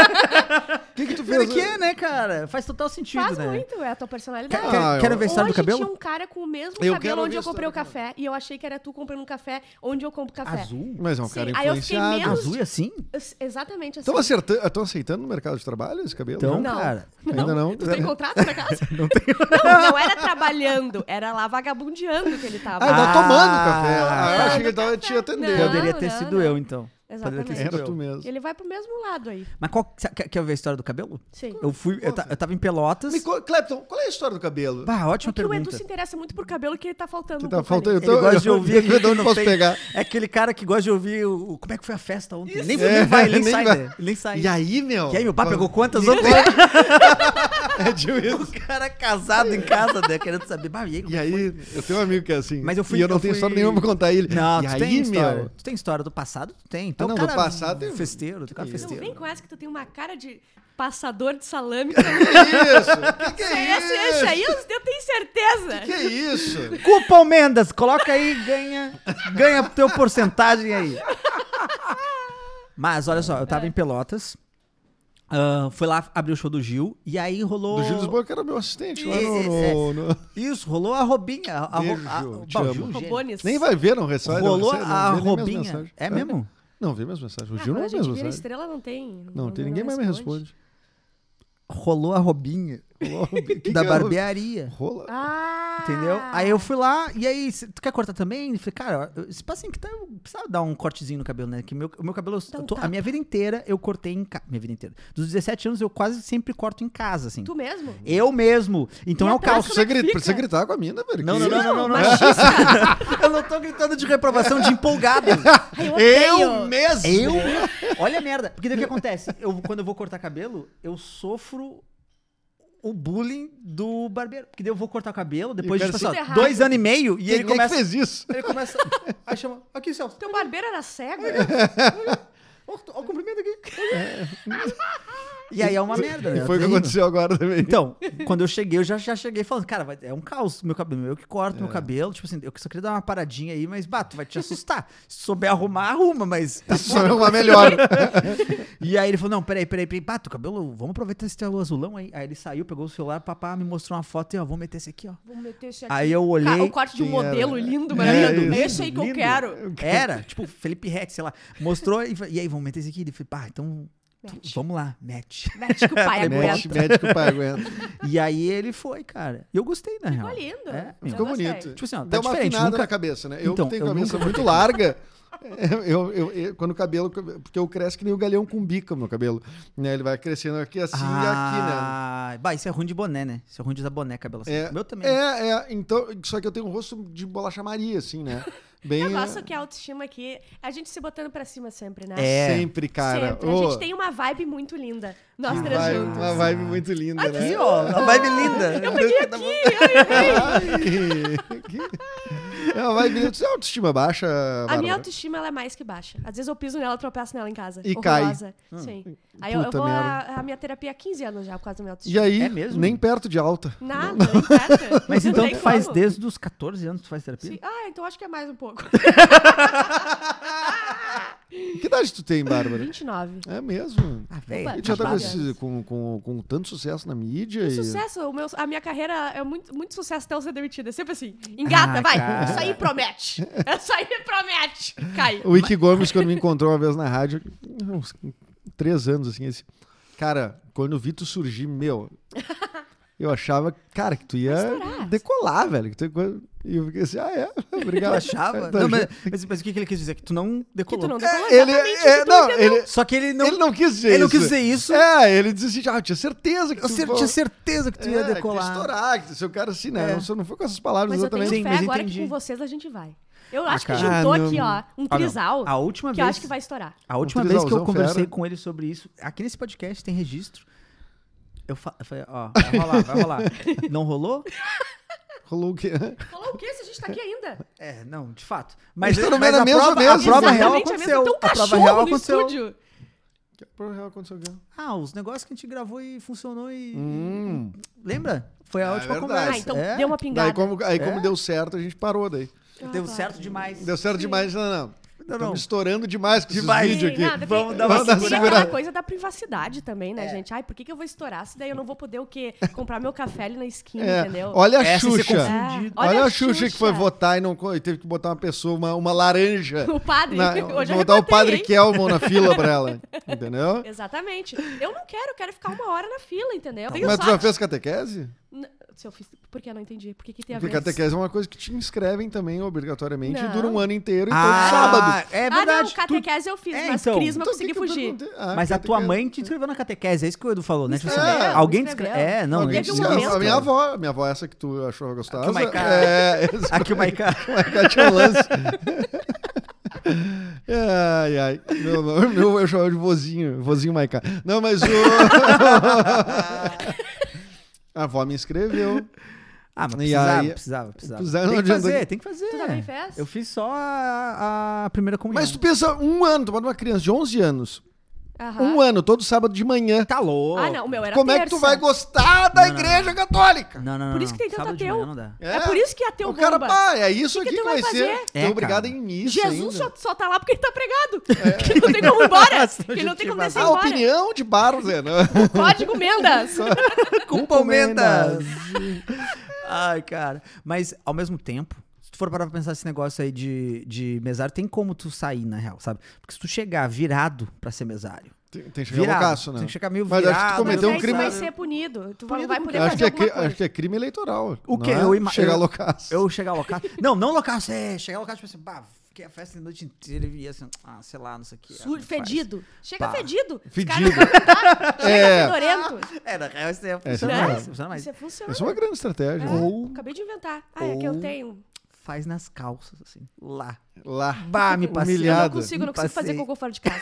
[SPEAKER 4] O que que tu fez?
[SPEAKER 2] Por que, né, cara? Faz total sentido,
[SPEAKER 3] Faz
[SPEAKER 2] né?
[SPEAKER 3] muito, é a tua personalidade.
[SPEAKER 4] Ah,
[SPEAKER 2] Quer,
[SPEAKER 4] eu-
[SPEAKER 2] quer ver a história
[SPEAKER 3] Hoje
[SPEAKER 2] do cabelo?
[SPEAKER 3] tinha um cara com o mesmo
[SPEAKER 4] Eu quero
[SPEAKER 3] cabelo onde
[SPEAKER 4] ver
[SPEAKER 3] eu comprei
[SPEAKER 4] a
[SPEAKER 3] o
[SPEAKER 4] história do
[SPEAKER 3] café e eu achei que era tu comprando um café onde eu compro café.
[SPEAKER 2] Azul?
[SPEAKER 4] Mas é um
[SPEAKER 3] Sim,
[SPEAKER 4] cara
[SPEAKER 3] aí eu fiquei
[SPEAKER 4] influenciado.
[SPEAKER 3] menos-
[SPEAKER 2] Azul e assim?
[SPEAKER 3] Ex- Exatamente assim.
[SPEAKER 4] Estão acertando, estão aceitando no mercado de trabalho esse cabelo?
[SPEAKER 2] Então,
[SPEAKER 4] já?
[SPEAKER 3] Não.
[SPEAKER 2] cara.
[SPEAKER 4] ainda não. "Ah,
[SPEAKER 3] Tu tem contrato na casa? Não tenho. Não, não era trabalhando, era lá vagabundeando que ele tava.
[SPEAKER 4] Ah, ele tá
[SPEAKER 2] Ah.
[SPEAKER 4] tomando café. Ah, eu
[SPEAKER 3] Tomando
[SPEAKER 4] achei que ele tava
[SPEAKER 3] café.
[SPEAKER 4] te atendendo.
[SPEAKER 3] Não,
[SPEAKER 2] Poderia ter
[SPEAKER 3] não,
[SPEAKER 2] sido
[SPEAKER 3] não.
[SPEAKER 2] eu, então. Exatamente.
[SPEAKER 3] Exatamente.
[SPEAKER 4] Era tu mesmo.
[SPEAKER 3] Ele vai pro mesmo lado aí.
[SPEAKER 2] Mas qual. sabe- Quer, quer ver a história do cabelo?
[SPEAKER 3] Sim.
[SPEAKER 2] Eu fui. Eu, ta- eu tava em Pelotas.
[SPEAKER 4] Me co- Clepton, qual é a história do cabelo?
[SPEAKER 2] Bah,
[SPEAKER 3] Porque
[SPEAKER 2] ótima
[SPEAKER 3] É o Edu
[SPEAKER 2] pergunta.
[SPEAKER 3] se interessa muito por cabelo que ele tá faltando.
[SPEAKER 4] Que
[SPEAKER 3] um
[SPEAKER 4] tá
[SPEAKER 3] pouco
[SPEAKER 4] faltando.
[SPEAKER 3] ali.
[SPEAKER 4] Eu
[SPEAKER 2] Ele
[SPEAKER 4] tô,
[SPEAKER 2] gosta de
[SPEAKER 4] eu-
[SPEAKER 2] ouvir aquilo
[SPEAKER 4] de
[SPEAKER 2] que
[SPEAKER 4] onde
[SPEAKER 2] não
[SPEAKER 4] posso
[SPEAKER 2] tem.
[SPEAKER 4] pegar.
[SPEAKER 2] É aquele cara que gosta de ouvir o, o- como é que foi a festa ontem. Nem,
[SPEAKER 4] É,
[SPEAKER 2] nem vai, ele
[SPEAKER 4] nem
[SPEAKER 2] nem sai,
[SPEAKER 4] vai.
[SPEAKER 2] né? Ele nem sai.
[SPEAKER 4] E aí, meu?
[SPEAKER 2] E aí, meu pai
[SPEAKER 4] Pô,
[SPEAKER 2] pegou quantas
[SPEAKER 4] ninguém
[SPEAKER 2] ontem?
[SPEAKER 4] É tipo isso.
[SPEAKER 2] O cara casado em casa, né? Querendo saber. Bah, e aí, como
[SPEAKER 4] E aí, eu tenho um amigo que é assim.
[SPEAKER 2] Mas eu fui-
[SPEAKER 4] e eu não
[SPEAKER 2] eu
[SPEAKER 4] tenho
[SPEAKER 2] fui-
[SPEAKER 4] história nenhuma pra contar ele.
[SPEAKER 2] Não,
[SPEAKER 4] e
[SPEAKER 2] tu
[SPEAKER 4] aí,
[SPEAKER 2] tem história.
[SPEAKER 4] meu. Ah,
[SPEAKER 2] Tu tem história do passado? Tu tem. Então,
[SPEAKER 4] não, do
[SPEAKER 2] cara,
[SPEAKER 4] passado eu-
[SPEAKER 2] Festeiro, tu cara
[SPEAKER 4] Não,
[SPEAKER 3] Não
[SPEAKER 2] festeiro.
[SPEAKER 3] vem com essa que tu tem uma cara de passador de salame. Que
[SPEAKER 4] Que isso? Que que é
[SPEAKER 3] esse, esse
[SPEAKER 4] isso?
[SPEAKER 3] aí eu, eu tenho certeza.
[SPEAKER 4] Que é? isso?
[SPEAKER 2] Cupom Mendas, coloca aí e ganha, ganha teu porcentagem aí. Mas olha só, eu tava em Pelotas, ah, fui lá abrir o show do Gil, e aí rolou...
[SPEAKER 4] Do Gil Lisboa, que era meu assistente lá no. no-
[SPEAKER 2] Isso, é.
[SPEAKER 4] no-
[SPEAKER 2] Isso, rolou a Robinha. A, a,
[SPEAKER 4] Beijo,
[SPEAKER 2] a-
[SPEAKER 4] Gil, te
[SPEAKER 2] Bah, o
[SPEAKER 4] amo.
[SPEAKER 2] Gil é um gênio.
[SPEAKER 3] Robones.
[SPEAKER 4] Nem vai ver, não recebe.
[SPEAKER 2] Rolou
[SPEAKER 4] não, recebe,
[SPEAKER 2] a
[SPEAKER 4] não vê nem minhas
[SPEAKER 2] Robinha.
[SPEAKER 4] mensagens.
[SPEAKER 2] É mesmo?
[SPEAKER 4] Não, vê minhas mensagens. O
[SPEAKER 3] Ah,
[SPEAKER 4] Gil
[SPEAKER 3] quando
[SPEAKER 4] não
[SPEAKER 3] a
[SPEAKER 4] vê
[SPEAKER 3] gente um
[SPEAKER 4] minhas
[SPEAKER 3] vira
[SPEAKER 4] mensagens.
[SPEAKER 3] estrela, não tem.
[SPEAKER 4] Não, tem ninguém mais me responde.
[SPEAKER 2] Rolou a Robinha
[SPEAKER 4] Rolou- que que
[SPEAKER 2] da
[SPEAKER 4] é?
[SPEAKER 2] barbearia.
[SPEAKER 4] Rola.
[SPEAKER 3] Ah!
[SPEAKER 2] Entendeu? Aí eu fui lá, e aí, cê- tu quer cortar também? Eu falei, cara, eu- esse passinho que tá, eu precisava dar um cortezinho no cabelo, né? Que meu, o meu cabelo, eu
[SPEAKER 3] Dá um
[SPEAKER 2] tô- a
[SPEAKER 3] tapa.
[SPEAKER 2] minha vida inteira eu cortei em casa. Minha vida inteira. Dos 17 anos eu quase sempre corto em casa, assim.
[SPEAKER 3] Tu mesmo?
[SPEAKER 2] Eu mesmo. Então
[SPEAKER 3] E
[SPEAKER 2] é o caos.
[SPEAKER 3] atrás como
[SPEAKER 4] Precisa,
[SPEAKER 3] é que
[SPEAKER 4] gri-
[SPEAKER 3] fica?
[SPEAKER 4] precisa gritar com a mina, velho.
[SPEAKER 2] Não,
[SPEAKER 4] que
[SPEAKER 2] não, não,
[SPEAKER 4] isso?
[SPEAKER 2] não, não, não. eu não tô gritando de reprovação, de empolgado.
[SPEAKER 3] Ai, eu
[SPEAKER 4] Eu
[SPEAKER 3] odeio.
[SPEAKER 4] mesmo!
[SPEAKER 2] Eu. Olha a merda. Porque daí o que acontece? Eu, quando eu vou cortar cabelo, eu sofro o bullying do barbeiro. Porque daí eu vou cortar o cabelo, depois
[SPEAKER 4] E o
[SPEAKER 2] de
[SPEAKER 4] cara
[SPEAKER 2] tipo,
[SPEAKER 3] se-
[SPEAKER 2] assim, ó, dois anos e meio, e é
[SPEAKER 4] E
[SPEAKER 2] ele começa.
[SPEAKER 4] fez isso?
[SPEAKER 2] Ele começa. Aí chama. Aqui, Celso.
[SPEAKER 3] Teu barbeiro era cego?
[SPEAKER 2] Olha o comprimento aqui. E aí é uma merda, né?
[SPEAKER 4] E foi o que
[SPEAKER 2] Terrível.
[SPEAKER 4] aconteceu agora também.
[SPEAKER 2] Então, quando eu cheguei, eu já, já cheguei falando, cara, vai- é um caos meu cabelo. Eu que corto meu cabelo. Tipo assim, eu só queria dar uma paradinha aí, mas, bato, vai te assustar. Se souber arrumar, arruma, mas. tá
[SPEAKER 4] Isso é uma melhor.
[SPEAKER 2] E aí ele falou: não, peraí, peraí, peraí, bato, cabelo, vamos aproveitar esse teu azulão aí. Aí ele saiu, pegou o celular, papá, me mostrou uma foto e ó, vou meter esse aqui, ó.
[SPEAKER 3] Vou meter esse aqui.
[SPEAKER 2] Aí eu
[SPEAKER 3] Ca-
[SPEAKER 2] olhei.
[SPEAKER 3] O corte de um
[SPEAKER 4] Quem era?
[SPEAKER 3] modelo lindo,
[SPEAKER 4] É,
[SPEAKER 3] maravilhoso.
[SPEAKER 4] lindo,
[SPEAKER 3] É, Esse aí que eu
[SPEAKER 2] lindo.
[SPEAKER 3] quero.
[SPEAKER 2] Era, tipo, Felipe Rex, sei lá. Mostrou e, fa- e aí, vamos meter esse aqui? Ele falou, pá, então. tu-
[SPEAKER 3] Mete.
[SPEAKER 2] Vamos lá, mete.
[SPEAKER 3] Mete que o pai
[SPEAKER 4] Mete,
[SPEAKER 3] aguenta.
[SPEAKER 4] mete que o pai aguenta.
[SPEAKER 2] E aí ele foi, cara. E eu gostei, na
[SPEAKER 3] Ficou
[SPEAKER 2] real.
[SPEAKER 3] lindo.
[SPEAKER 2] É,
[SPEAKER 3] Eu
[SPEAKER 2] meu.
[SPEAKER 4] Ficou
[SPEAKER 3] gostei.
[SPEAKER 4] bonito.
[SPEAKER 2] Tipo assim, ó, tá
[SPEAKER 4] Deu uma
[SPEAKER 2] diferente,
[SPEAKER 4] afinada
[SPEAKER 2] nunca-
[SPEAKER 4] na cabeça, né? Eu
[SPEAKER 2] Então,
[SPEAKER 4] que tenho
[SPEAKER 2] eu
[SPEAKER 4] cabeça
[SPEAKER 2] nunca
[SPEAKER 4] muito larga. Eu, eu, eu- quando o cabelo. Porque eu cresço que nem o galhão com bica meu cabelo. Né? Ele vai crescendo aqui assim
[SPEAKER 2] Ah, bah, isso é ruim de boné, né? Isso é ruim de usar boné, cabelo
[SPEAKER 4] e
[SPEAKER 2] assim.
[SPEAKER 4] aqui, né?
[SPEAKER 2] Meu também.
[SPEAKER 4] É, é. Então, só que eu tenho um rosto de bolacha Maria, assim, né? Bem.
[SPEAKER 3] Eu gosto que a autoestima aqui, a gente se botando pra cima sempre, né?
[SPEAKER 2] É.
[SPEAKER 4] Sempre, cara.
[SPEAKER 3] Sempre.
[SPEAKER 4] Ô,
[SPEAKER 3] A gente tem uma vibe muito linda. Nós
[SPEAKER 4] uma
[SPEAKER 3] três
[SPEAKER 4] vibe-
[SPEAKER 3] juntos. Tá
[SPEAKER 4] Uma vibe Tá muito linda,
[SPEAKER 2] Aqui,
[SPEAKER 4] né?
[SPEAKER 2] ó, a vibe linda. Eu peguei aqui.
[SPEAKER 4] Ai. É uma vibe linda. Você tem autoestima baixa,
[SPEAKER 3] A minha
[SPEAKER 4] Bárbara?
[SPEAKER 3] autoestima ela é mais que baixa. Às vezes eu piso nela, tropeço nela em casa.
[SPEAKER 4] E cai. Ah.
[SPEAKER 3] Horrorosa. Sim. Aí eu, eu
[SPEAKER 4] Puta
[SPEAKER 3] vou à
[SPEAKER 4] merda.
[SPEAKER 3] à minha terapia há 15 anos já por causa da minha
[SPEAKER 4] E
[SPEAKER 3] autoestima.
[SPEAKER 4] aí,
[SPEAKER 2] É mesmo?
[SPEAKER 4] nem perto de alta.
[SPEAKER 3] Nada, não importa.
[SPEAKER 2] Mas
[SPEAKER 3] Não
[SPEAKER 2] então
[SPEAKER 3] tem
[SPEAKER 2] tu faz
[SPEAKER 3] como.
[SPEAKER 2] desde os 14 anos tu faz terapia?
[SPEAKER 3] Sim. Ah, então acho que é mais um pouco.
[SPEAKER 4] Que idade tu tem, Bárbara?
[SPEAKER 3] 29.
[SPEAKER 4] É mesmo.
[SPEAKER 2] Ah, velho.
[SPEAKER 3] Opa,
[SPEAKER 4] E tu já tá
[SPEAKER 3] Trabalha.
[SPEAKER 4] com, esse- com, com, com tanto sucesso na mídia. e-
[SPEAKER 3] Sucesso, o meu, a minha carreira é muito, muito sucesso até eu ser demitida. É sempre assim, engata,
[SPEAKER 2] Ah,
[SPEAKER 3] vai.
[SPEAKER 2] cara.
[SPEAKER 3] Isso aí promete. Isso aí promete. Cai.
[SPEAKER 4] O Ike Gomes, quando me encontrou uma vez na rádio, uns três anos, assim, esse. Cara, quando eu vi tu surgir, meu. Eu achava, cara, que tu ia
[SPEAKER 3] estourar.
[SPEAKER 4] decolar, velho. que tu- E eu fiquei assim, ah, é? Obrigado.
[SPEAKER 2] Eu achava.
[SPEAKER 4] Tá
[SPEAKER 2] Não,
[SPEAKER 4] achando?
[SPEAKER 2] mas, mas- mas o que, que ele quis dizer? Que tu não
[SPEAKER 3] Que
[SPEAKER 2] decolou.
[SPEAKER 3] tu não
[SPEAKER 4] É,
[SPEAKER 3] decolou
[SPEAKER 4] ele,
[SPEAKER 3] exatamente
[SPEAKER 4] é,
[SPEAKER 3] o que tu
[SPEAKER 4] não,
[SPEAKER 3] entendeu.
[SPEAKER 4] ele,
[SPEAKER 2] Só que ele não.
[SPEAKER 4] ele não quis dizer
[SPEAKER 2] ele não
[SPEAKER 4] isso.
[SPEAKER 2] quis dizer isso.
[SPEAKER 4] É, ele disse assim, ah, eu tinha certeza que
[SPEAKER 2] Eu
[SPEAKER 4] tu
[SPEAKER 2] cer-
[SPEAKER 4] pô,
[SPEAKER 2] tinha certeza que tu ia
[SPEAKER 4] é, que
[SPEAKER 2] decolar.
[SPEAKER 4] estourar, que seu cara assim, né?
[SPEAKER 2] É.
[SPEAKER 4] Não, só não foi com essas palavras
[SPEAKER 3] Mas eu tenho
[SPEAKER 4] exatamente.
[SPEAKER 2] Sim,
[SPEAKER 3] fé
[SPEAKER 2] mas
[SPEAKER 3] agora que
[SPEAKER 2] entendi.
[SPEAKER 3] com vocês a gente vai. Eu
[SPEAKER 2] Ah,
[SPEAKER 3] acho que
[SPEAKER 2] cara.
[SPEAKER 3] juntou
[SPEAKER 4] Ah, não.
[SPEAKER 3] aqui, ó, um
[SPEAKER 2] Ah, não.
[SPEAKER 3] trisal
[SPEAKER 2] A última
[SPEAKER 3] que eu
[SPEAKER 2] vez.
[SPEAKER 3] acho que vai estourar.
[SPEAKER 2] A última
[SPEAKER 4] Um
[SPEAKER 2] vez que eu
[SPEAKER 4] trisalzão
[SPEAKER 2] conversei
[SPEAKER 4] fera.
[SPEAKER 2] com ele sobre isso, aqui nesse podcast tem registro. Eu, fa- eu falei, ó, vai rolar, vai rolar. não rolou?
[SPEAKER 4] Rolou o quê?
[SPEAKER 3] Falou o quê? Se a gente tá aqui ainda.
[SPEAKER 2] É, não, de fato. Mas,
[SPEAKER 4] Isso não
[SPEAKER 2] mas
[SPEAKER 4] era
[SPEAKER 2] a,
[SPEAKER 4] mesmo
[SPEAKER 2] prova, a
[SPEAKER 4] mesmo.
[SPEAKER 2] prova real
[SPEAKER 3] Exatamente a mesma.
[SPEAKER 2] aconteceu.
[SPEAKER 3] Tem um
[SPEAKER 2] a prova
[SPEAKER 3] cachorro
[SPEAKER 2] real
[SPEAKER 3] no
[SPEAKER 2] aconteceu.
[SPEAKER 3] estúdio.
[SPEAKER 4] Por real aconteceu o quê?
[SPEAKER 2] Ah, os negócios que a gente gravou e funcionou e.
[SPEAKER 4] Hum.
[SPEAKER 2] Lembra? Foi a
[SPEAKER 4] É
[SPEAKER 2] última
[SPEAKER 4] verdade.
[SPEAKER 2] conversa.
[SPEAKER 3] Ah, então
[SPEAKER 2] É.
[SPEAKER 3] deu uma
[SPEAKER 4] Daí
[SPEAKER 3] pingada. Ah,
[SPEAKER 4] como, aí como deu certo, a gente parou daí.
[SPEAKER 2] Deu certo demais.
[SPEAKER 4] Deu certo demais, não, não.
[SPEAKER 2] não.
[SPEAKER 4] Estamos estourando demais com
[SPEAKER 2] Demais.
[SPEAKER 4] esses vídeos
[SPEAKER 3] Sim,
[SPEAKER 4] aqui.
[SPEAKER 3] nada, tem-
[SPEAKER 2] Vamos dar uma
[SPEAKER 3] tem- tem
[SPEAKER 2] segurada.
[SPEAKER 3] tá. aquela coisa da privacidade também, né, gente? Ai, por que, que eu vou estourar se daí eu não vou poder o quê? Comprar meu café ali na esquina,
[SPEAKER 4] É,
[SPEAKER 3] entendeu?
[SPEAKER 4] Olha a
[SPEAKER 2] Essa você
[SPEAKER 4] Xuxa.
[SPEAKER 2] confunde.
[SPEAKER 3] É,
[SPEAKER 4] Olha, a Xuxa, que foi votar e, não, co- e teve que botar uma pessoa, uma, uma laranja.
[SPEAKER 3] O padre,
[SPEAKER 4] Na,
[SPEAKER 3] hoje eu
[SPEAKER 4] botar o
[SPEAKER 3] rebatei,
[SPEAKER 4] padre
[SPEAKER 3] hein?
[SPEAKER 4] Kelmon na fila pra ela. Entendeu?
[SPEAKER 3] Exatamente. Eu não quero, eu quero ficar uma hora na fila, entendeu? Eu tenho
[SPEAKER 4] Tá Mas tu já
[SPEAKER 3] sorte.
[SPEAKER 4] fez catequese?
[SPEAKER 3] N- se eu fiz. Porque eu não entendi. Por que, que tem a
[SPEAKER 4] Porque
[SPEAKER 3] ver?
[SPEAKER 4] catequese é uma coisa que te inscrevem também, obrigatoriamente, e
[SPEAKER 3] Não.
[SPEAKER 4] dura um ano inteiro e
[SPEAKER 2] Ah,
[SPEAKER 4] todo sábado.
[SPEAKER 2] É
[SPEAKER 3] ah,
[SPEAKER 2] verdade.
[SPEAKER 3] não,
[SPEAKER 2] tu-
[SPEAKER 3] catequese eu fiz,
[SPEAKER 2] É,
[SPEAKER 3] mas
[SPEAKER 2] então.
[SPEAKER 3] crisma eu
[SPEAKER 4] Então, o
[SPEAKER 3] consegui
[SPEAKER 4] que que eu
[SPEAKER 3] fugir.
[SPEAKER 4] perguntei? Ah,
[SPEAKER 2] Mas a tua
[SPEAKER 4] catequese.
[SPEAKER 2] mãe te inscreveu na catequese, é isso que o Edu falou, né? Tipo assim,
[SPEAKER 4] Escreveu,
[SPEAKER 2] alguém te
[SPEAKER 3] escreveu.
[SPEAKER 2] inscreveu. É, não,
[SPEAKER 4] Alguém
[SPEAKER 2] né?
[SPEAKER 3] teve um
[SPEAKER 4] disse, "Ah,
[SPEAKER 3] momento-
[SPEAKER 4] a minha avó, minha avó, é essa que tu achou gostosa.
[SPEAKER 2] Aqui o Maiká.
[SPEAKER 4] É, esse-
[SPEAKER 2] Aqui o Maiká.
[SPEAKER 4] o Maiká tinha um lance. ai, ai. Meu, meu, meu, eu chamava de vozinho, vozinho Maiká. Não, mas o. a avó me inscreveu.
[SPEAKER 2] Ah, mas
[SPEAKER 4] E
[SPEAKER 2] precisava,
[SPEAKER 4] aí-
[SPEAKER 2] precisava, precisava.
[SPEAKER 4] Precisava, um não
[SPEAKER 2] Tem que
[SPEAKER 4] adianta
[SPEAKER 2] fazer,
[SPEAKER 4] que-
[SPEAKER 2] tem que fazer.
[SPEAKER 3] Tu
[SPEAKER 4] É,
[SPEAKER 3] também fez?
[SPEAKER 2] Eu fiz só a, a primeira comunhão.
[SPEAKER 4] Mas tu pensa, um ano, tu bota uma criança de 11 anos.
[SPEAKER 3] Aham.
[SPEAKER 4] Um ano, todo sábado de manhã.
[SPEAKER 2] tá louco.
[SPEAKER 3] Ah, não, o meu Tá. era
[SPEAKER 4] Como é que
[SPEAKER 3] terça.
[SPEAKER 4] tu vai gostar da
[SPEAKER 2] Não, não,
[SPEAKER 4] igreja católica?
[SPEAKER 2] Não, não, não.
[SPEAKER 3] Por isso
[SPEAKER 2] não.
[SPEAKER 3] que tem tanto
[SPEAKER 2] Sábado de
[SPEAKER 3] ateu.
[SPEAKER 2] manhã não dá.
[SPEAKER 3] É por isso que ia ter
[SPEAKER 4] o
[SPEAKER 3] o
[SPEAKER 4] cara,
[SPEAKER 3] bomba.
[SPEAKER 4] pá, é isso
[SPEAKER 3] O que que
[SPEAKER 4] aqui que,
[SPEAKER 3] tu
[SPEAKER 4] vai,
[SPEAKER 3] vai
[SPEAKER 4] ser.
[SPEAKER 3] fazer?
[SPEAKER 4] Tô
[SPEAKER 2] É, cara.
[SPEAKER 4] obrigado em missa
[SPEAKER 3] Jesus
[SPEAKER 4] ainda. É.
[SPEAKER 3] só, só tá lá porque ele tá pregado. Que ele não tem como ir embora.
[SPEAKER 2] Se
[SPEAKER 3] que ele não tem como descer
[SPEAKER 4] A
[SPEAKER 3] embora.
[SPEAKER 4] opinião de Barza, né?
[SPEAKER 3] Código Mendas.
[SPEAKER 2] Com palmendas. Um Ai, cara. Mas, ao mesmo tempo, se tu for parar pra pensar esse negócio aí de, de mesário, tem como tu sair, na real, sabe? Porque se tu chegar virado pra ser mesário,
[SPEAKER 4] Tem, tem que chegar
[SPEAKER 2] virado,
[SPEAKER 4] loucaço, né?
[SPEAKER 2] tem que chegar meio
[SPEAKER 4] Mas
[SPEAKER 2] virado. né?
[SPEAKER 4] acho que tu
[SPEAKER 3] Mas
[SPEAKER 4] cometeu um
[SPEAKER 3] aí tu
[SPEAKER 4] crime-
[SPEAKER 3] vai ser punido. Tu
[SPEAKER 2] Punido
[SPEAKER 3] vai
[SPEAKER 2] por
[SPEAKER 3] poder
[SPEAKER 2] quê?
[SPEAKER 4] Acho que,
[SPEAKER 3] fazer
[SPEAKER 4] é,
[SPEAKER 3] alguma
[SPEAKER 4] cri-
[SPEAKER 3] coisa.
[SPEAKER 4] acho que é crime eleitoral.
[SPEAKER 2] O
[SPEAKER 4] não
[SPEAKER 2] quê?
[SPEAKER 4] é
[SPEAKER 2] Eu ima-
[SPEAKER 4] Chegar
[SPEAKER 2] eu-
[SPEAKER 4] loucaço.
[SPEAKER 2] Eu chegar ao local. não, não local, é, chegar ao local, tipo assim, bah, fiquei a festa a noite inteira e ia assim, ah, sei lá, não sei o que. ah,
[SPEAKER 3] Sujo,
[SPEAKER 2] não faz.
[SPEAKER 3] fedido. Chega
[SPEAKER 2] Pá.
[SPEAKER 3] fedido. Os caras
[SPEAKER 4] Fedido.
[SPEAKER 3] Chega
[SPEAKER 4] É.
[SPEAKER 3] fedorento.
[SPEAKER 2] É, na real, isso é
[SPEAKER 4] Essa
[SPEAKER 2] funciona
[SPEAKER 4] é
[SPEAKER 2] mais.
[SPEAKER 4] verdade.
[SPEAKER 2] Funciona mais.
[SPEAKER 3] Isso é funciona.
[SPEAKER 4] Essa é uma grande estratégia.
[SPEAKER 3] É.
[SPEAKER 4] né?
[SPEAKER 3] Acabei de inventar. Ah, é que eu
[SPEAKER 4] Ou-
[SPEAKER 3] tenho.
[SPEAKER 2] Faz nas calças, assim, lá.
[SPEAKER 4] Lá.
[SPEAKER 2] Bah, me passei.
[SPEAKER 3] Eu não
[SPEAKER 4] Ah, Humilhado. Piada.
[SPEAKER 3] consigo, eu não
[SPEAKER 2] Me
[SPEAKER 3] consigo fazer
[SPEAKER 2] passei.
[SPEAKER 3] cocô fora de casa.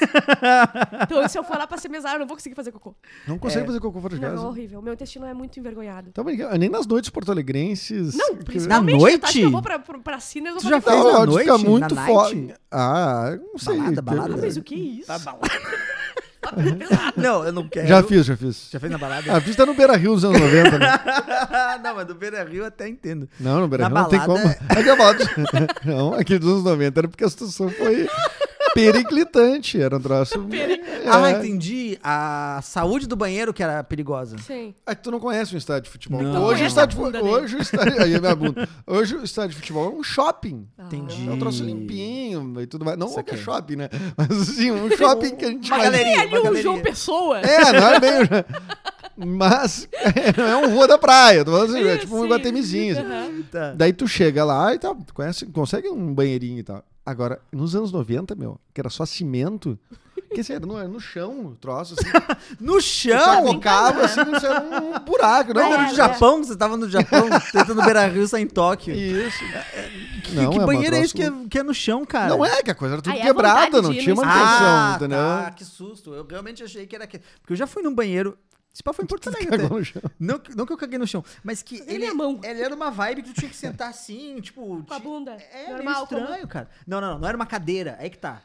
[SPEAKER 3] então, se eu for lá pra ser mesário, eu não vou conseguir fazer cocô.
[SPEAKER 4] Não consegue fazer cocô fora de
[SPEAKER 3] Não, é
[SPEAKER 4] casa.
[SPEAKER 3] horrível. Meu intestino é muito envergonhado.
[SPEAKER 4] Tá brincando? Nem nas noites porto-alegrenses.
[SPEAKER 3] Não,
[SPEAKER 4] que-
[SPEAKER 3] principalmente
[SPEAKER 2] Na
[SPEAKER 3] eu acho que eu
[SPEAKER 2] noite?
[SPEAKER 3] vou pra, pra, pra Sina, eu vou
[SPEAKER 2] Tu já
[SPEAKER 3] fazer
[SPEAKER 2] fez
[SPEAKER 4] Não,
[SPEAKER 2] na
[SPEAKER 4] onde
[SPEAKER 2] noite?
[SPEAKER 4] fica muito
[SPEAKER 2] Na
[SPEAKER 4] forte.
[SPEAKER 2] night?
[SPEAKER 4] Ah, eu não sei.
[SPEAKER 2] Balada,
[SPEAKER 4] que-
[SPEAKER 2] balada?
[SPEAKER 3] cocô. Mas o que é isso? Tá
[SPEAKER 2] Tá balada.
[SPEAKER 3] Pesado.
[SPEAKER 2] Não, eu não quero.
[SPEAKER 4] Já fiz, já fiz.
[SPEAKER 2] Já fez na balada?
[SPEAKER 4] A pista tá no Beira Rio nos anos 90, né?
[SPEAKER 2] não, mas do Beira Rio eu até entendo.
[SPEAKER 4] Não, no Beira
[SPEAKER 2] Na
[SPEAKER 4] Rio não tem como.
[SPEAKER 2] balada- é.
[SPEAKER 4] Aqui a balada. Não, aqui dos anos 90 era porque a situação foi periclitante. Era um troço. É.
[SPEAKER 2] Ah, entendi. A saúde do banheiro que era perigosa.
[SPEAKER 3] Sim.
[SPEAKER 4] É que tu não conhece um estádio de futebol.
[SPEAKER 2] Não.
[SPEAKER 4] Hoje, o
[SPEAKER 2] Conheço
[SPEAKER 4] estádio,
[SPEAKER 3] a bunda dele.
[SPEAKER 4] hoje, o estádio, aí é minha bunda. hoje o estádio de futebol é um shopping.
[SPEAKER 3] Ah.
[SPEAKER 2] Entendi.
[SPEAKER 4] É um troço limpinho e tudo mais. Não qualquer
[SPEAKER 2] Saquei.
[SPEAKER 4] shopping, né? Mas assim, um shopping que a gente
[SPEAKER 2] Uma
[SPEAKER 4] vai-
[SPEAKER 2] galeria.
[SPEAKER 3] Tem ali
[SPEAKER 2] uma
[SPEAKER 3] um
[SPEAKER 2] galeria.
[SPEAKER 3] João Pessoa.
[SPEAKER 4] É, não é bem. Mas é, não é um rua da praia. Tô falando assim, é
[SPEAKER 3] Sim,
[SPEAKER 4] tipo um
[SPEAKER 3] sim.
[SPEAKER 4] Iguatemizinho. assim.
[SPEAKER 3] Aham.
[SPEAKER 2] Tá.
[SPEAKER 4] Daí tu chega lá e tal, tu conhece, consegue um banheirinho e tal. Agora, nos anos 90, meu, que era só cimento, que assim, era no, era no chão, o troço, assim,
[SPEAKER 2] No
[SPEAKER 4] não,
[SPEAKER 2] chão!
[SPEAKER 4] sacocava, assim, isso era um buraco, não,
[SPEAKER 2] Não,
[SPEAKER 4] era
[SPEAKER 2] era
[SPEAKER 4] um
[SPEAKER 2] no
[SPEAKER 3] é.
[SPEAKER 2] Japão, você tava no Japão, tentando Beira Rio sair em Tóquio.
[SPEAKER 4] Isso.
[SPEAKER 2] Que, que banheiro é esse que é, que é no chão, cara?
[SPEAKER 4] Não é, que a coisa era tudo
[SPEAKER 3] Aí é
[SPEAKER 4] quebrada,
[SPEAKER 3] vontade
[SPEAKER 4] não
[SPEAKER 3] de ir
[SPEAKER 4] tinha
[SPEAKER 3] no
[SPEAKER 4] manutenção,
[SPEAKER 2] Ah,
[SPEAKER 4] entendeu?
[SPEAKER 2] tá, que susto. Eu realmente achei que era aquele. Porque eu já fui num banheiro. Esse pau foi em Porto Alegre.
[SPEAKER 4] Cagou
[SPEAKER 2] até.
[SPEAKER 4] no chão.
[SPEAKER 2] Não, que- não que eu caguei no chão, mas que
[SPEAKER 3] Caguei
[SPEAKER 2] ele, é
[SPEAKER 3] na mão.
[SPEAKER 2] ele era uma vibe que tu tinha que sentar assim, tipo.
[SPEAKER 3] é Com a
[SPEAKER 2] ti-
[SPEAKER 3] bunda.
[SPEAKER 2] É, meio
[SPEAKER 3] Normal. como-
[SPEAKER 2] estranho, cara. Não, não, não, não era uma cadeira, aí que tá.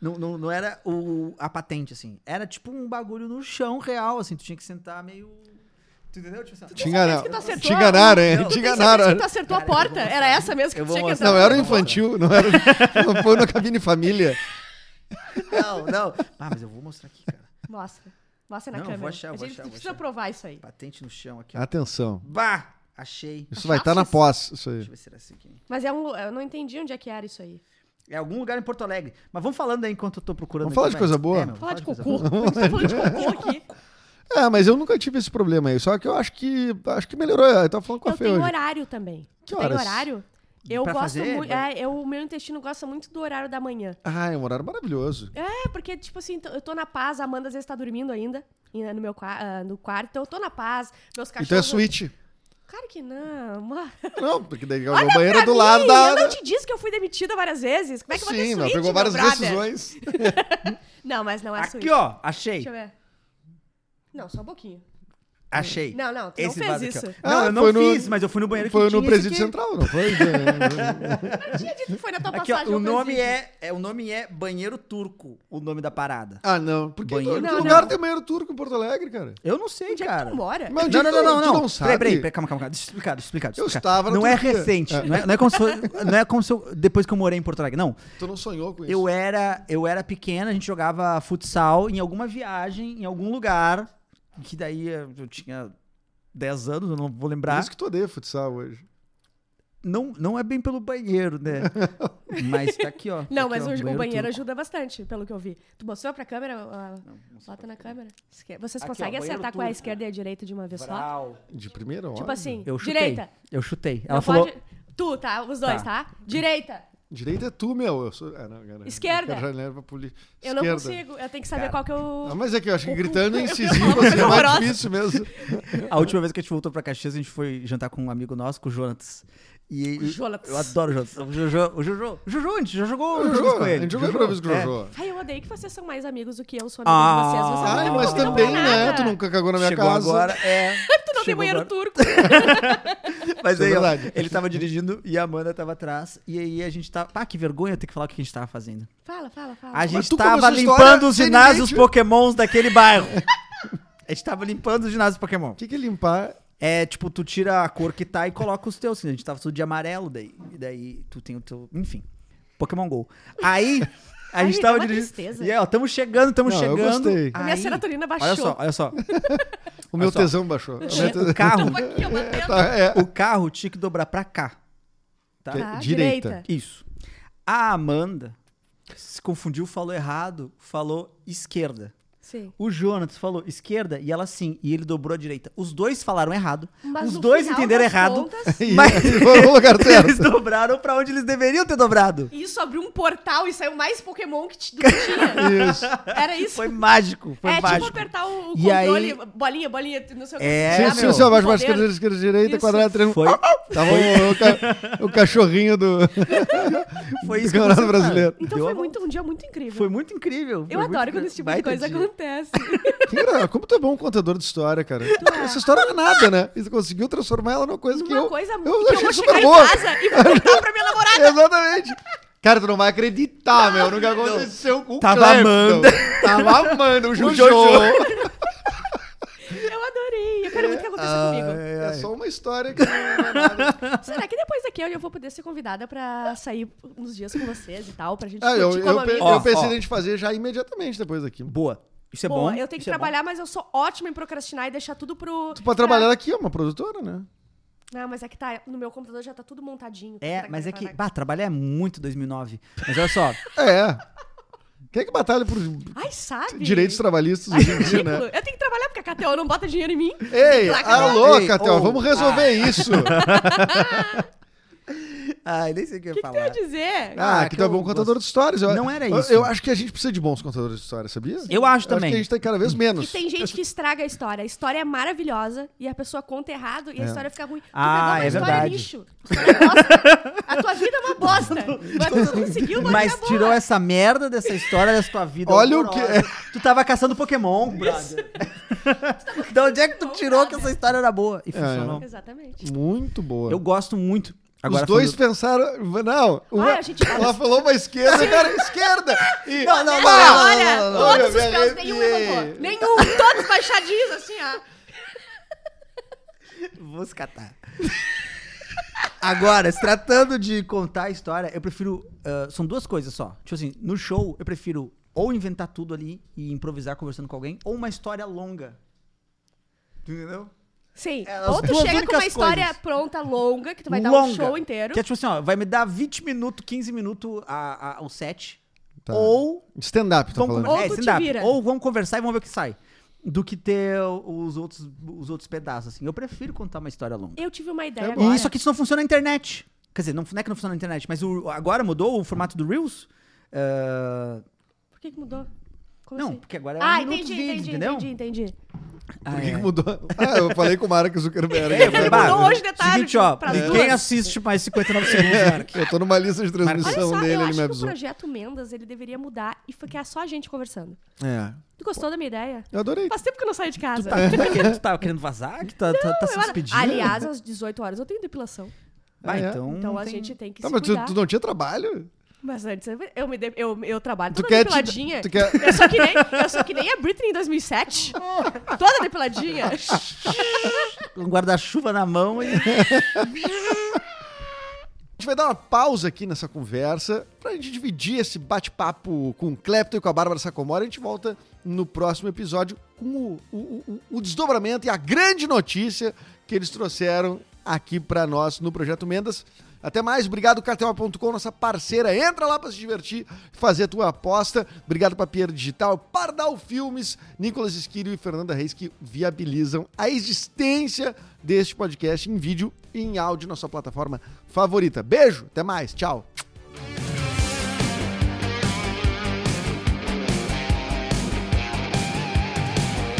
[SPEAKER 2] Não, não, não era o, a patente, assim. Era tipo um bagulho no chão real, assim. Tu tinha que sentar meio. Tu entendeu? Tipo assim, ó.
[SPEAKER 4] Te
[SPEAKER 3] que tu
[SPEAKER 4] enganaram,
[SPEAKER 3] acertou?
[SPEAKER 4] te enganaram, hein?
[SPEAKER 2] Não,
[SPEAKER 4] Te
[SPEAKER 3] Tem certeza que tu
[SPEAKER 4] enganaram.
[SPEAKER 3] acertou a
[SPEAKER 2] Cara, eu vou
[SPEAKER 3] porta? Era essa mesmo que
[SPEAKER 2] Eu
[SPEAKER 3] tu
[SPEAKER 2] vou
[SPEAKER 3] tinha que
[SPEAKER 2] mostrar.
[SPEAKER 3] entrar?
[SPEAKER 4] Não, era infantil, não
[SPEAKER 3] um
[SPEAKER 4] era. Não foi na cabine família.
[SPEAKER 2] Não, não. Ah, mas eu vou mostrar aqui, cara.
[SPEAKER 3] Mostra. Mostra na
[SPEAKER 2] Não, vou
[SPEAKER 3] câmera.
[SPEAKER 2] achar,
[SPEAKER 3] a
[SPEAKER 2] vou
[SPEAKER 3] gente
[SPEAKER 2] achar, vou
[SPEAKER 3] precisa
[SPEAKER 2] achar.
[SPEAKER 3] provar isso aí.
[SPEAKER 2] Patente no chão aqui. ó.
[SPEAKER 4] Atenção,
[SPEAKER 2] Bah! Achei.
[SPEAKER 4] Ah.
[SPEAKER 2] Ah,
[SPEAKER 4] isso vai estar na pós, isso aí.
[SPEAKER 2] Deixa eu
[SPEAKER 3] Tipo
[SPEAKER 2] ver se era esse aqui.
[SPEAKER 3] Mas é um, eu não entendi onde é que era isso aí.
[SPEAKER 2] É algum lugar em Porto Alegre. Mas vamos falando aí enquanto eu tô procurando.
[SPEAKER 4] Vamos falar
[SPEAKER 2] aqui,
[SPEAKER 4] de
[SPEAKER 2] vai.
[SPEAKER 4] coisa boa?
[SPEAKER 2] É, meu,
[SPEAKER 3] Falar de
[SPEAKER 2] coisa
[SPEAKER 3] cocô.
[SPEAKER 2] boa.
[SPEAKER 3] A gente tá falando de cocô aqui.
[SPEAKER 4] É, mas eu nunca tive esse problema aí. Só que eu acho que acho que melhorou. Eu tava falando com a
[SPEAKER 3] Eu
[SPEAKER 4] Fê
[SPEAKER 3] tenho
[SPEAKER 4] hoje.
[SPEAKER 3] horário também.
[SPEAKER 4] Que
[SPEAKER 3] Tu tem
[SPEAKER 4] horas?
[SPEAKER 3] horário? Eu
[SPEAKER 2] Pra
[SPEAKER 3] gosto
[SPEAKER 2] fazer?
[SPEAKER 3] muito. É, eu, o meu intestino gosta muito do horário da manhã.
[SPEAKER 4] Ah, é um horário maravilhoso.
[SPEAKER 3] É, porque, tipo assim, t- eu tô na paz, a Amanda às vezes tá dormindo ainda e, né, no meu qua- ah, no quarto. Então eu tô na paz, meus cachorros.
[SPEAKER 4] Então é suíte.
[SPEAKER 3] Claro que não. mano.
[SPEAKER 4] Não, porque daí o
[SPEAKER 3] Olha
[SPEAKER 4] banheiro é
[SPEAKER 3] pra
[SPEAKER 4] do
[SPEAKER 3] mim,
[SPEAKER 4] lado
[SPEAKER 3] Eu
[SPEAKER 4] da.
[SPEAKER 3] não te disse que eu fui demitida várias vezes. Como é que eu vou ter
[SPEAKER 4] Sim,
[SPEAKER 3] suíte,
[SPEAKER 4] ela pegou
[SPEAKER 3] meu
[SPEAKER 4] várias
[SPEAKER 3] brother?
[SPEAKER 4] decisões.
[SPEAKER 3] Não, mas não é suíte.
[SPEAKER 2] Aqui, ó. Achei.
[SPEAKER 3] Deixa eu ver. Não, só um pouquinho.
[SPEAKER 2] Achei.
[SPEAKER 3] Não, não, tu
[SPEAKER 2] Esse
[SPEAKER 3] não
[SPEAKER 2] vaso
[SPEAKER 3] fez isso.
[SPEAKER 2] Aqui, ó.
[SPEAKER 4] Ah,
[SPEAKER 2] não, eu não
[SPEAKER 4] foi no-
[SPEAKER 2] fiz, mas eu fui no banheiro
[SPEAKER 4] Foi
[SPEAKER 2] que tinha
[SPEAKER 4] no
[SPEAKER 2] esse
[SPEAKER 4] presídio
[SPEAKER 2] aqui. é
[SPEAKER 4] central, não foi? É,
[SPEAKER 3] Eu tinha dito que foi na tua
[SPEAKER 2] Aqui, ó,
[SPEAKER 3] passagem. assim,
[SPEAKER 2] o
[SPEAKER 3] ao
[SPEAKER 2] nome
[SPEAKER 3] presídio.
[SPEAKER 2] é, é- o nome é banheiro turco, o nome da parada.
[SPEAKER 4] ah, não. Porque
[SPEAKER 2] Banheiro
[SPEAKER 4] que
[SPEAKER 3] turco.
[SPEAKER 4] lugar
[SPEAKER 3] Não.
[SPEAKER 4] tem banheiro turco em Porto Alegre, cara?
[SPEAKER 2] Eu não sei,
[SPEAKER 3] Onde é que
[SPEAKER 2] cara.
[SPEAKER 3] tu mora?
[SPEAKER 4] Mas onde
[SPEAKER 2] não,
[SPEAKER 4] é que
[SPEAKER 2] não,
[SPEAKER 4] tu-
[SPEAKER 2] não, não,
[SPEAKER 4] tu
[SPEAKER 2] não.
[SPEAKER 4] não sabe?
[SPEAKER 2] Peraí, peraí, peraí, calma, calma, calma. Deixa eu explicar, deixa eu explicar. Deixa eu
[SPEAKER 4] Eu
[SPEAKER 2] explicar.
[SPEAKER 4] estava na
[SPEAKER 2] não é
[SPEAKER 4] Turquia.
[SPEAKER 2] recente.
[SPEAKER 4] É.
[SPEAKER 2] Não, é, não é como se fosse, não é como se eu, depois que eu morei em Porto Alegre. Não.
[SPEAKER 4] Tu não sonhou com isso?
[SPEAKER 2] Eu era, eu era pequena, a gente jogava futsal em alguma viagem, em algum lugar. Que daí eu eu tinha 10 anos, eu não vou
[SPEAKER 4] Por
[SPEAKER 2] lembrar.
[SPEAKER 4] isso que tu odeia futsal hoje.
[SPEAKER 2] Não, não é bem pelo banheiro, né? Mas tá aqui, ó.
[SPEAKER 3] Não,
[SPEAKER 2] Aqui,
[SPEAKER 3] mas
[SPEAKER 2] ó,
[SPEAKER 3] o, o banheiro
[SPEAKER 2] turco.
[SPEAKER 3] ajuda bastante, pelo que eu vi. Tu mostrou pra câmera? Ah, Bota na câmera. Esque- Vocês
[SPEAKER 2] Aqui, ó,
[SPEAKER 3] conseguem
[SPEAKER 2] banheiro
[SPEAKER 3] acertar com a
[SPEAKER 2] turco.
[SPEAKER 3] esquerda e a direita de uma vez só?
[SPEAKER 2] Vral.
[SPEAKER 4] De primeira hora.
[SPEAKER 3] Tipo assim,
[SPEAKER 2] Eu chutei.
[SPEAKER 3] direita.
[SPEAKER 2] Eu chutei.
[SPEAKER 3] Não
[SPEAKER 2] Ela falou.
[SPEAKER 3] pode- Tu, tá? Os dois, tá? Direita.
[SPEAKER 4] Direita é tu, meu. Eu sou... ah, não, cara.
[SPEAKER 3] Esquerda.
[SPEAKER 4] Eu já levo pra poli-
[SPEAKER 3] Eu não
[SPEAKER 4] Esquerda.
[SPEAKER 3] consigo. Eu tenho que saber
[SPEAKER 2] Cara.
[SPEAKER 3] qual que eu.
[SPEAKER 4] Ah, mas é que eu acho que
[SPEAKER 3] Eu-
[SPEAKER 4] gritando
[SPEAKER 3] eu-
[SPEAKER 4] incisivo
[SPEAKER 3] eu-
[SPEAKER 4] assim, é mais
[SPEAKER 3] horrorosa.
[SPEAKER 4] difícil mesmo.
[SPEAKER 2] A última vez que a gente voltou pra Caxias, a gente foi jantar com um amigo nosso, com o Jonatas. E
[SPEAKER 3] Com o Jonatas.
[SPEAKER 2] eu adoro o Jonatas. O Jojo, o Jojo, o Jojo, a gente já jogou
[SPEAKER 4] Eu
[SPEAKER 2] jogos
[SPEAKER 4] jogou,
[SPEAKER 2] com ele.
[SPEAKER 4] a gente jogou
[SPEAKER 2] Jojo,
[SPEAKER 4] improviso com o
[SPEAKER 2] é.
[SPEAKER 4] Jojo.
[SPEAKER 3] Ai, eu odeio que vocês são mais amigos do que eu sou amigo
[SPEAKER 2] Ah.
[SPEAKER 3] de vocês. Vocês
[SPEAKER 4] Ai,
[SPEAKER 3] não
[SPEAKER 4] mas
[SPEAKER 3] combinam
[SPEAKER 4] também,
[SPEAKER 3] pra nada.
[SPEAKER 4] né? Tu nunca cagou na minha
[SPEAKER 2] Chegou
[SPEAKER 4] casa.
[SPEAKER 2] agora, é.
[SPEAKER 3] Tu não tem
[SPEAKER 2] Chegou
[SPEAKER 3] banheiro
[SPEAKER 2] agora.
[SPEAKER 3] turco.
[SPEAKER 2] Mas
[SPEAKER 4] Isso é
[SPEAKER 2] aí, ó,
[SPEAKER 4] verdade.
[SPEAKER 2] ele tava dirigindo e a Amanda tava atrás. E aí a gente tava. Pá, que vergonha eu ter que falar o que a gente tava fazendo.
[SPEAKER 3] Fala, fala, fala.
[SPEAKER 2] A gente
[SPEAKER 4] Tá tu
[SPEAKER 2] tava
[SPEAKER 4] começou a
[SPEAKER 2] limpando
[SPEAKER 4] história
[SPEAKER 2] os
[SPEAKER 4] sem
[SPEAKER 2] ginásios
[SPEAKER 4] ninguém te-
[SPEAKER 2] pokémons daquele bairro. A gente tava limpando os ginásios pokémon.
[SPEAKER 4] O que, que é limpar?
[SPEAKER 2] É, tipo, tu tira a cor que tá e coloca os teus. assim, A gente tava tudo de amarelo daí. E daí tu tem o teu. Enfim. Pokémon GO. Aí, a
[SPEAKER 3] Ai,
[SPEAKER 2] gente
[SPEAKER 3] me
[SPEAKER 2] tava
[SPEAKER 3] dá uma
[SPEAKER 2] dirigindo.
[SPEAKER 3] tristeza.
[SPEAKER 2] E aí, ó, tamo chegando, tamo
[SPEAKER 4] Não, eu
[SPEAKER 2] chegando.
[SPEAKER 4] gostei.
[SPEAKER 3] A minha
[SPEAKER 2] Aí-
[SPEAKER 4] tá
[SPEAKER 3] serotonina baixou.
[SPEAKER 2] Olha só, olha só.
[SPEAKER 4] O meu
[SPEAKER 2] só.
[SPEAKER 4] tesão baixou. O meu
[SPEAKER 2] Tinha-
[SPEAKER 4] tesão-
[SPEAKER 2] O carro,
[SPEAKER 3] Tava aqui, ó, batendo.
[SPEAKER 4] Tá, é.
[SPEAKER 2] o carro tinha que dobrar pra cá. Tá?
[SPEAKER 4] Que-
[SPEAKER 3] Tá,
[SPEAKER 4] direita.
[SPEAKER 2] Isso. A Amanda se confundiu, falou errado, falou esquerda.
[SPEAKER 3] Sim.
[SPEAKER 2] O Jonas falou esquerda e ela sim, e ele dobrou a direita. Os dois falaram errado.
[SPEAKER 3] Mas
[SPEAKER 2] os
[SPEAKER 3] no
[SPEAKER 2] dois
[SPEAKER 3] final
[SPEAKER 2] entenderam
[SPEAKER 3] das
[SPEAKER 2] errado.
[SPEAKER 3] contas,
[SPEAKER 4] E
[SPEAKER 2] Mas-
[SPEAKER 4] foi no lugar
[SPEAKER 2] Eles
[SPEAKER 4] certo.
[SPEAKER 2] dobraram pra onde eles deveriam ter dobrado.
[SPEAKER 3] Isso abriu um portal e saiu mais Pokémon que t- do que tinha.
[SPEAKER 4] Isso.
[SPEAKER 3] Era isso.
[SPEAKER 2] Foi mágico, foi
[SPEAKER 3] é
[SPEAKER 2] mágico.
[SPEAKER 3] tipo apertar o, o
[SPEAKER 2] E
[SPEAKER 3] controle,
[SPEAKER 2] aí-
[SPEAKER 3] bolinha, bolinha, não sei o que.
[SPEAKER 2] É,
[SPEAKER 4] Sim,
[SPEAKER 2] meu.
[SPEAKER 4] sim, sim, abaixo, baixo,
[SPEAKER 3] Poder.
[SPEAKER 4] esquerda, esquerda, direita,
[SPEAKER 3] Isso.
[SPEAKER 4] quadrado, triângulo.
[SPEAKER 3] Oh,
[SPEAKER 2] Foi,
[SPEAKER 4] Tava o, o ca- o cachorrinho do,
[SPEAKER 2] foi isso que
[SPEAKER 4] do Campeonato
[SPEAKER 2] aconteceu, cara.
[SPEAKER 4] Brasileiro.
[SPEAKER 3] oh! Então
[SPEAKER 2] Deu
[SPEAKER 3] foi
[SPEAKER 2] a-
[SPEAKER 3] muito, um dia muito incrível.
[SPEAKER 2] Foi muito incrível.
[SPEAKER 3] Eu
[SPEAKER 2] foi muito
[SPEAKER 3] adoro
[SPEAKER 2] incrível.
[SPEAKER 3] quando esse tipo de
[SPEAKER 2] Baita
[SPEAKER 3] coisa
[SPEAKER 2] dia.
[SPEAKER 3] acontece.
[SPEAKER 4] Que engra- Como tu é bom contador de história, cara. Essa história não é nada, né? E tu conseguiu transformar ela numa coisa que
[SPEAKER 3] Uma
[SPEAKER 4] eu,
[SPEAKER 3] coisa
[SPEAKER 4] eu
[SPEAKER 3] muito que eu
[SPEAKER 4] achei
[SPEAKER 3] vou
[SPEAKER 4] super
[SPEAKER 3] chegar
[SPEAKER 4] boa.
[SPEAKER 3] em casa e vou contar pra minha namorada.
[SPEAKER 4] Exatamente. Cara, tu não vai acreditar, meu. Nunca aconteceu com o
[SPEAKER 2] Tava
[SPEAKER 4] Clapton.
[SPEAKER 2] amando.
[SPEAKER 4] Tava amando o Jojo.
[SPEAKER 2] Jojo.
[SPEAKER 3] Eu adorei. Eu quero muito que aconteça comigo.
[SPEAKER 2] Ai,
[SPEAKER 4] É
[SPEAKER 2] ai.
[SPEAKER 4] só uma história que não é nada.
[SPEAKER 3] Será que depois daqui eu vou poder ser convidada pra sair uns dias com vocês e tal, pra gente
[SPEAKER 4] Ah, eu,
[SPEAKER 3] curtir como é
[SPEAKER 4] eu, pe-
[SPEAKER 3] amigo?
[SPEAKER 2] Ó,
[SPEAKER 4] eu pensei
[SPEAKER 2] ó.
[SPEAKER 4] em gente fazer já imediatamente depois daqui.
[SPEAKER 2] Boa. Isso é
[SPEAKER 3] Boa,
[SPEAKER 2] bom.
[SPEAKER 3] eu tenho que
[SPEAKER 2] isso é bom.
[SPEAKER 3] trabalhar, mas eu sou ótima em procrastinar e deixar tudo pro.
[SPEAKER 4] Tu pode trabalhar aqui, ó, uma produtora, né?
[SPEAKER 3] Não, mas é que tá. No meu computador já tá tudo montadinho.
[SPEAKER 2] É, mas é que. Bah, trabalhar é muito 2009. Mas olha só.
[SPEAKER 4] É. Quem é que batalha por
[SPEAKER 3] Ai, sabe?
[SPEAKER 4] direitos trabalhistas
[SPEAKER 3] Ai,
[SPEAKER 4] hoje em dia,
[SPEAKER 3] ridículo.
[SPEAKER 4] né?
[SPEAKER 3] tipo, Eu tenho que trabalhar porque a KTO não bota dinheiro em mim.
[SPEAKER 4] Ei,
[SPEAKER 3] Claro que
[SPEAKER 4] alô,
[SPEAKER 2] Ei, Ah.
[SPEAKER 4] Catel,
[SPEAKER 2] ô,
[SPEAKER 4] vamos resolver isso.
[SPEAKER 2] Ai, nem sei o que Ah, eu ia
[SPEAKER 3] O que eu
[SPEAKER 2] falar.
[SPEAKER 3] ia dizer?
[SPEAKER 4] Ah,
[SPEAKER 2] Ah,
[SPEAKER 4] que
[SPEAKER 2] que
[SPEAKER 4] tu é
[SPEAKER 2] eu
[SPEAKER 4] bom contador de histórias. Eu-
[SPEAKER 2] Não era
[SPEAKER 4] eu-
[SPEAKER 2] isso.
[SPEAKER 4] Eu, acho que a gente precisa de bons contadores de histórias, sabia?
[SPEAKER 2] Eu acho também.
[SPEAKER 4] que a gente tem cada vez
[SPEAKER 3] E
[SPEAKER 4] menos.
[SPEAKER 3] tem gente que estraga a história. A história é maravilhosa e a pessoa conta errado e a história fica ruim. Tu
[SPEAKER 2] Ah,
[SPEAKER 3] pegou uma
[SPEAKER 2] é
[SPEAKER 3] história
[SPEAKER 2] verdade.
[SPEAKER 3] lixo. Tu é bosta. A tua vida é uma bosta. Mas tu conseguiu botar
[SPEAKER 2] Mas
[SPEAKER 3] boa.
[SPEAKER 2] tirou essa merda dessa história da sua vida.
[SPEAKER 4] Olha o é.
[SPEAKER 2] horrorosa. Tu tava caçando Pokémon, brother. da onde é que tu
[SPEAKER 3] Pokémon,
[SPEAKER 2] tirou que
[SPEAKER 3] brother.
[SPEAKER 2] essa história era boa? E
[SPEAKER 4] É,
[SPEAKER 2] funcionou.
[SPEAKER 3] Exatamente.
[SPEAKER 4] Muito boa.
[SPEAKER 2] Eu gosto muito. Agora
[SPEAKER 4] Os dois
[SPEAKER 2] falando-
[SPEAKER 4] pensaram. Não, uma-
[SPEAKER 3] a gente-
[SPEAKER 4] ela falou uma esquerda, cara, esquerda! E...
[SPEAKER 2] Não, não, não,
[SPEAKER 3] Olha,
[SPEAKER 2] não,
[SPEAKER 3] olha,
[SPEAKER 2] não, não, não,
[SPEAKER 4] não,
[SPEAKER 3] todos
[SPEAKER 4] eu
[SPEAKER 3] os
[SPEAKER 4] me
[SPEAKER 3] pelos, nenhum levantou.
[SPEAKER 4] arrepiei.
[SPEAKER 3] Nenhum, todos baixadinhos, assim, ó.
[SPEAKER 2] Vou escatar. Agora, se tratando de contar a história, eu prefiro. ah, são duas coisas só. Tipo assim, no show, eu prefiro ou inventar tudo ali e improvisar conversando com alguém, ou uma história longa. Tu entendeu?
[SPEAKER 3] Sim,
[SPEAKER 2] É, as
[SPEAKER 3] ou tu
[SPEAKER 2] duas
[SPEAKER 3] chega com
[SPEAKER 2] únicas
[SPEAKER 3] uma história
[SPEAKER 2] coisas.
[SPEAKER 3] pronta, longa, que tu vai dar um
[SPEAKER 2] Longa.
[SPEAKER 3] show inteiro.
[SPEAKER 2] Que é tipo assim, ó, vai me dar 20 minutos, 15 minutos a, a- o set.
[SPEAKER 4] Tá.
[SPEAKER 2] Ou
[SPEAKER 4] Stand-up, tá
[SPEAKER 2] vamos
[SPEAKER 4] falando.
[SPEAKER 3] Ou
[SPEAKER 2] conver- é,
[SPEAKER 3] tu te
[SPEAKER 2] stand-up.
[SPEAKER 3] vira.
[SPEAKER 2] Ou vamos conversar e vamos ver o que sai. Do que ter os outros, os outros pedaços, assim. Eu prefiro contar uma história longa.
[SPEAKER 3] Eu tive uma ideia
[SPEAKER 4] É bom.
[SPEAKER 3] agora.
[SPEAKER 2] E isso aqui isso não funciona na internet. Quer dizer, não, não é que não funciona na internet, mas o- agora mudou o formato do Reels? Ah,
[SPEAKER 3] Por que, que mudou? Como
[SPEAKER 2] não,
[SPEAKER 3] assim?
[SPEAKER 2] porque agora é um
[SPEAKER 3] Ah,
[SPEAKER 2] minuto de
[SPEAKER 3] entendi,
[SPEAKER 2] vídeo,
[SPEAKER 3] entendi,
[SPEAKER 2] entendeu?
[SPEAKER 3] entendi, entendi.
[SPEAKER 2] Ah,
[SPEAKER 4] Por que,
[SPEAKER 2] é.
[SPEAKER 4] que mudou? Ah, eu falei com o Mark Zuckerberg.
[SPEAKER 2] É, eu falei,
[SPEAKER 3] Ele
[SPEAKER 2] "Bah,
[SPEAKER 3] mudou hoje de tarde
[SPEAKER 2] Seguinte, ó,
[SPEAKER 3] pra
[SPEAKER 2] ninguém
[SPEAKER 3] duas."
[SPEAKER 2] assiste mais 59 segundos, cara.
[SPEAKER 4] Eu tô numa lista de
[SPEAKER 3] Olha
[SPEAKER 4] transmissão
[SPEAKER 3] só, eu
[SPEAKER 4] dele, ele
[SPEAKER 3] acho
[SPEAKER 4] me
[SPEAKER 3] que o
[SPEAKER 4] avisou.
[SPEAKER 3] projeto Mendas, ele deveria mudar e ficar só a gente conversando.
[SPEAKER 4] É.
[SPEAKER 3] Tu gostou da minha ideia?
[SPEAKER 4] Eu adorei.
[SPEAKER 3] Faz tempo que eu não saio de casa.
[SPEAKER 2] Tu tá querendo, tu tá querendo vazar? Que tá, tá- tá se
[SPEAKER 3] Eu-
[SPEAKER 2] despedindo?
[SPEAKER 3] Aliás, às 18 horas eu tenho depilação.
[SPEAKER 2] Vai,
[SPEAKER 4] É.
[SPEAKER 2] então.
[SPEAKER 3] Então a
[SPEAKER 2] tem-
[SPEAKER 3] gente tem que
[SPEAKER 4] Tá,
[SPEAKER 3] se
[SPEAKER 4] mas tu,
[SPEAKER 3] cuidar.
[SPEAKER 4] tu não tinha trabalho?
[SPEAKER 3] Mas antes eu, eu, me de- eu, eu trabalho
[SPEAKER 4] Tu
[SPEAKER 3] toda
[SPEAKER 4] quer te-
[SPEAKER 3] depiladinha.
[SPEAKER 4] tu quer-
[SPEAKER 3] Eu, sou que nem, eu sou que nem a Britney em 2007. toda depiladinha.
[SPEAKER 2] Um guarda-chuva na mão e.
[SPEAKER 4] A gente vai dar uma pausa aqui nessa conversa pra gente dividir esse bate-papo com o Clepton e com a Bárbara Sacomora. A gente volta no próximo episódio com o, o- o- o desdobramento e a grande notícia que eles trouxeram aqui pra nós no Projeto Mendas. Até mais, obrigado KTO.com, nossa parceira. Entra lá pra se divertir, fazer a tua aposta. Obrigado Papier Digital, Pardal Filmes, Nicolas Esquírio e Fernanda Reis que viabilizam a existência deste podcast em vídeo e em áudio, na sua plataforma favorita. Beijo, até mais, tchau.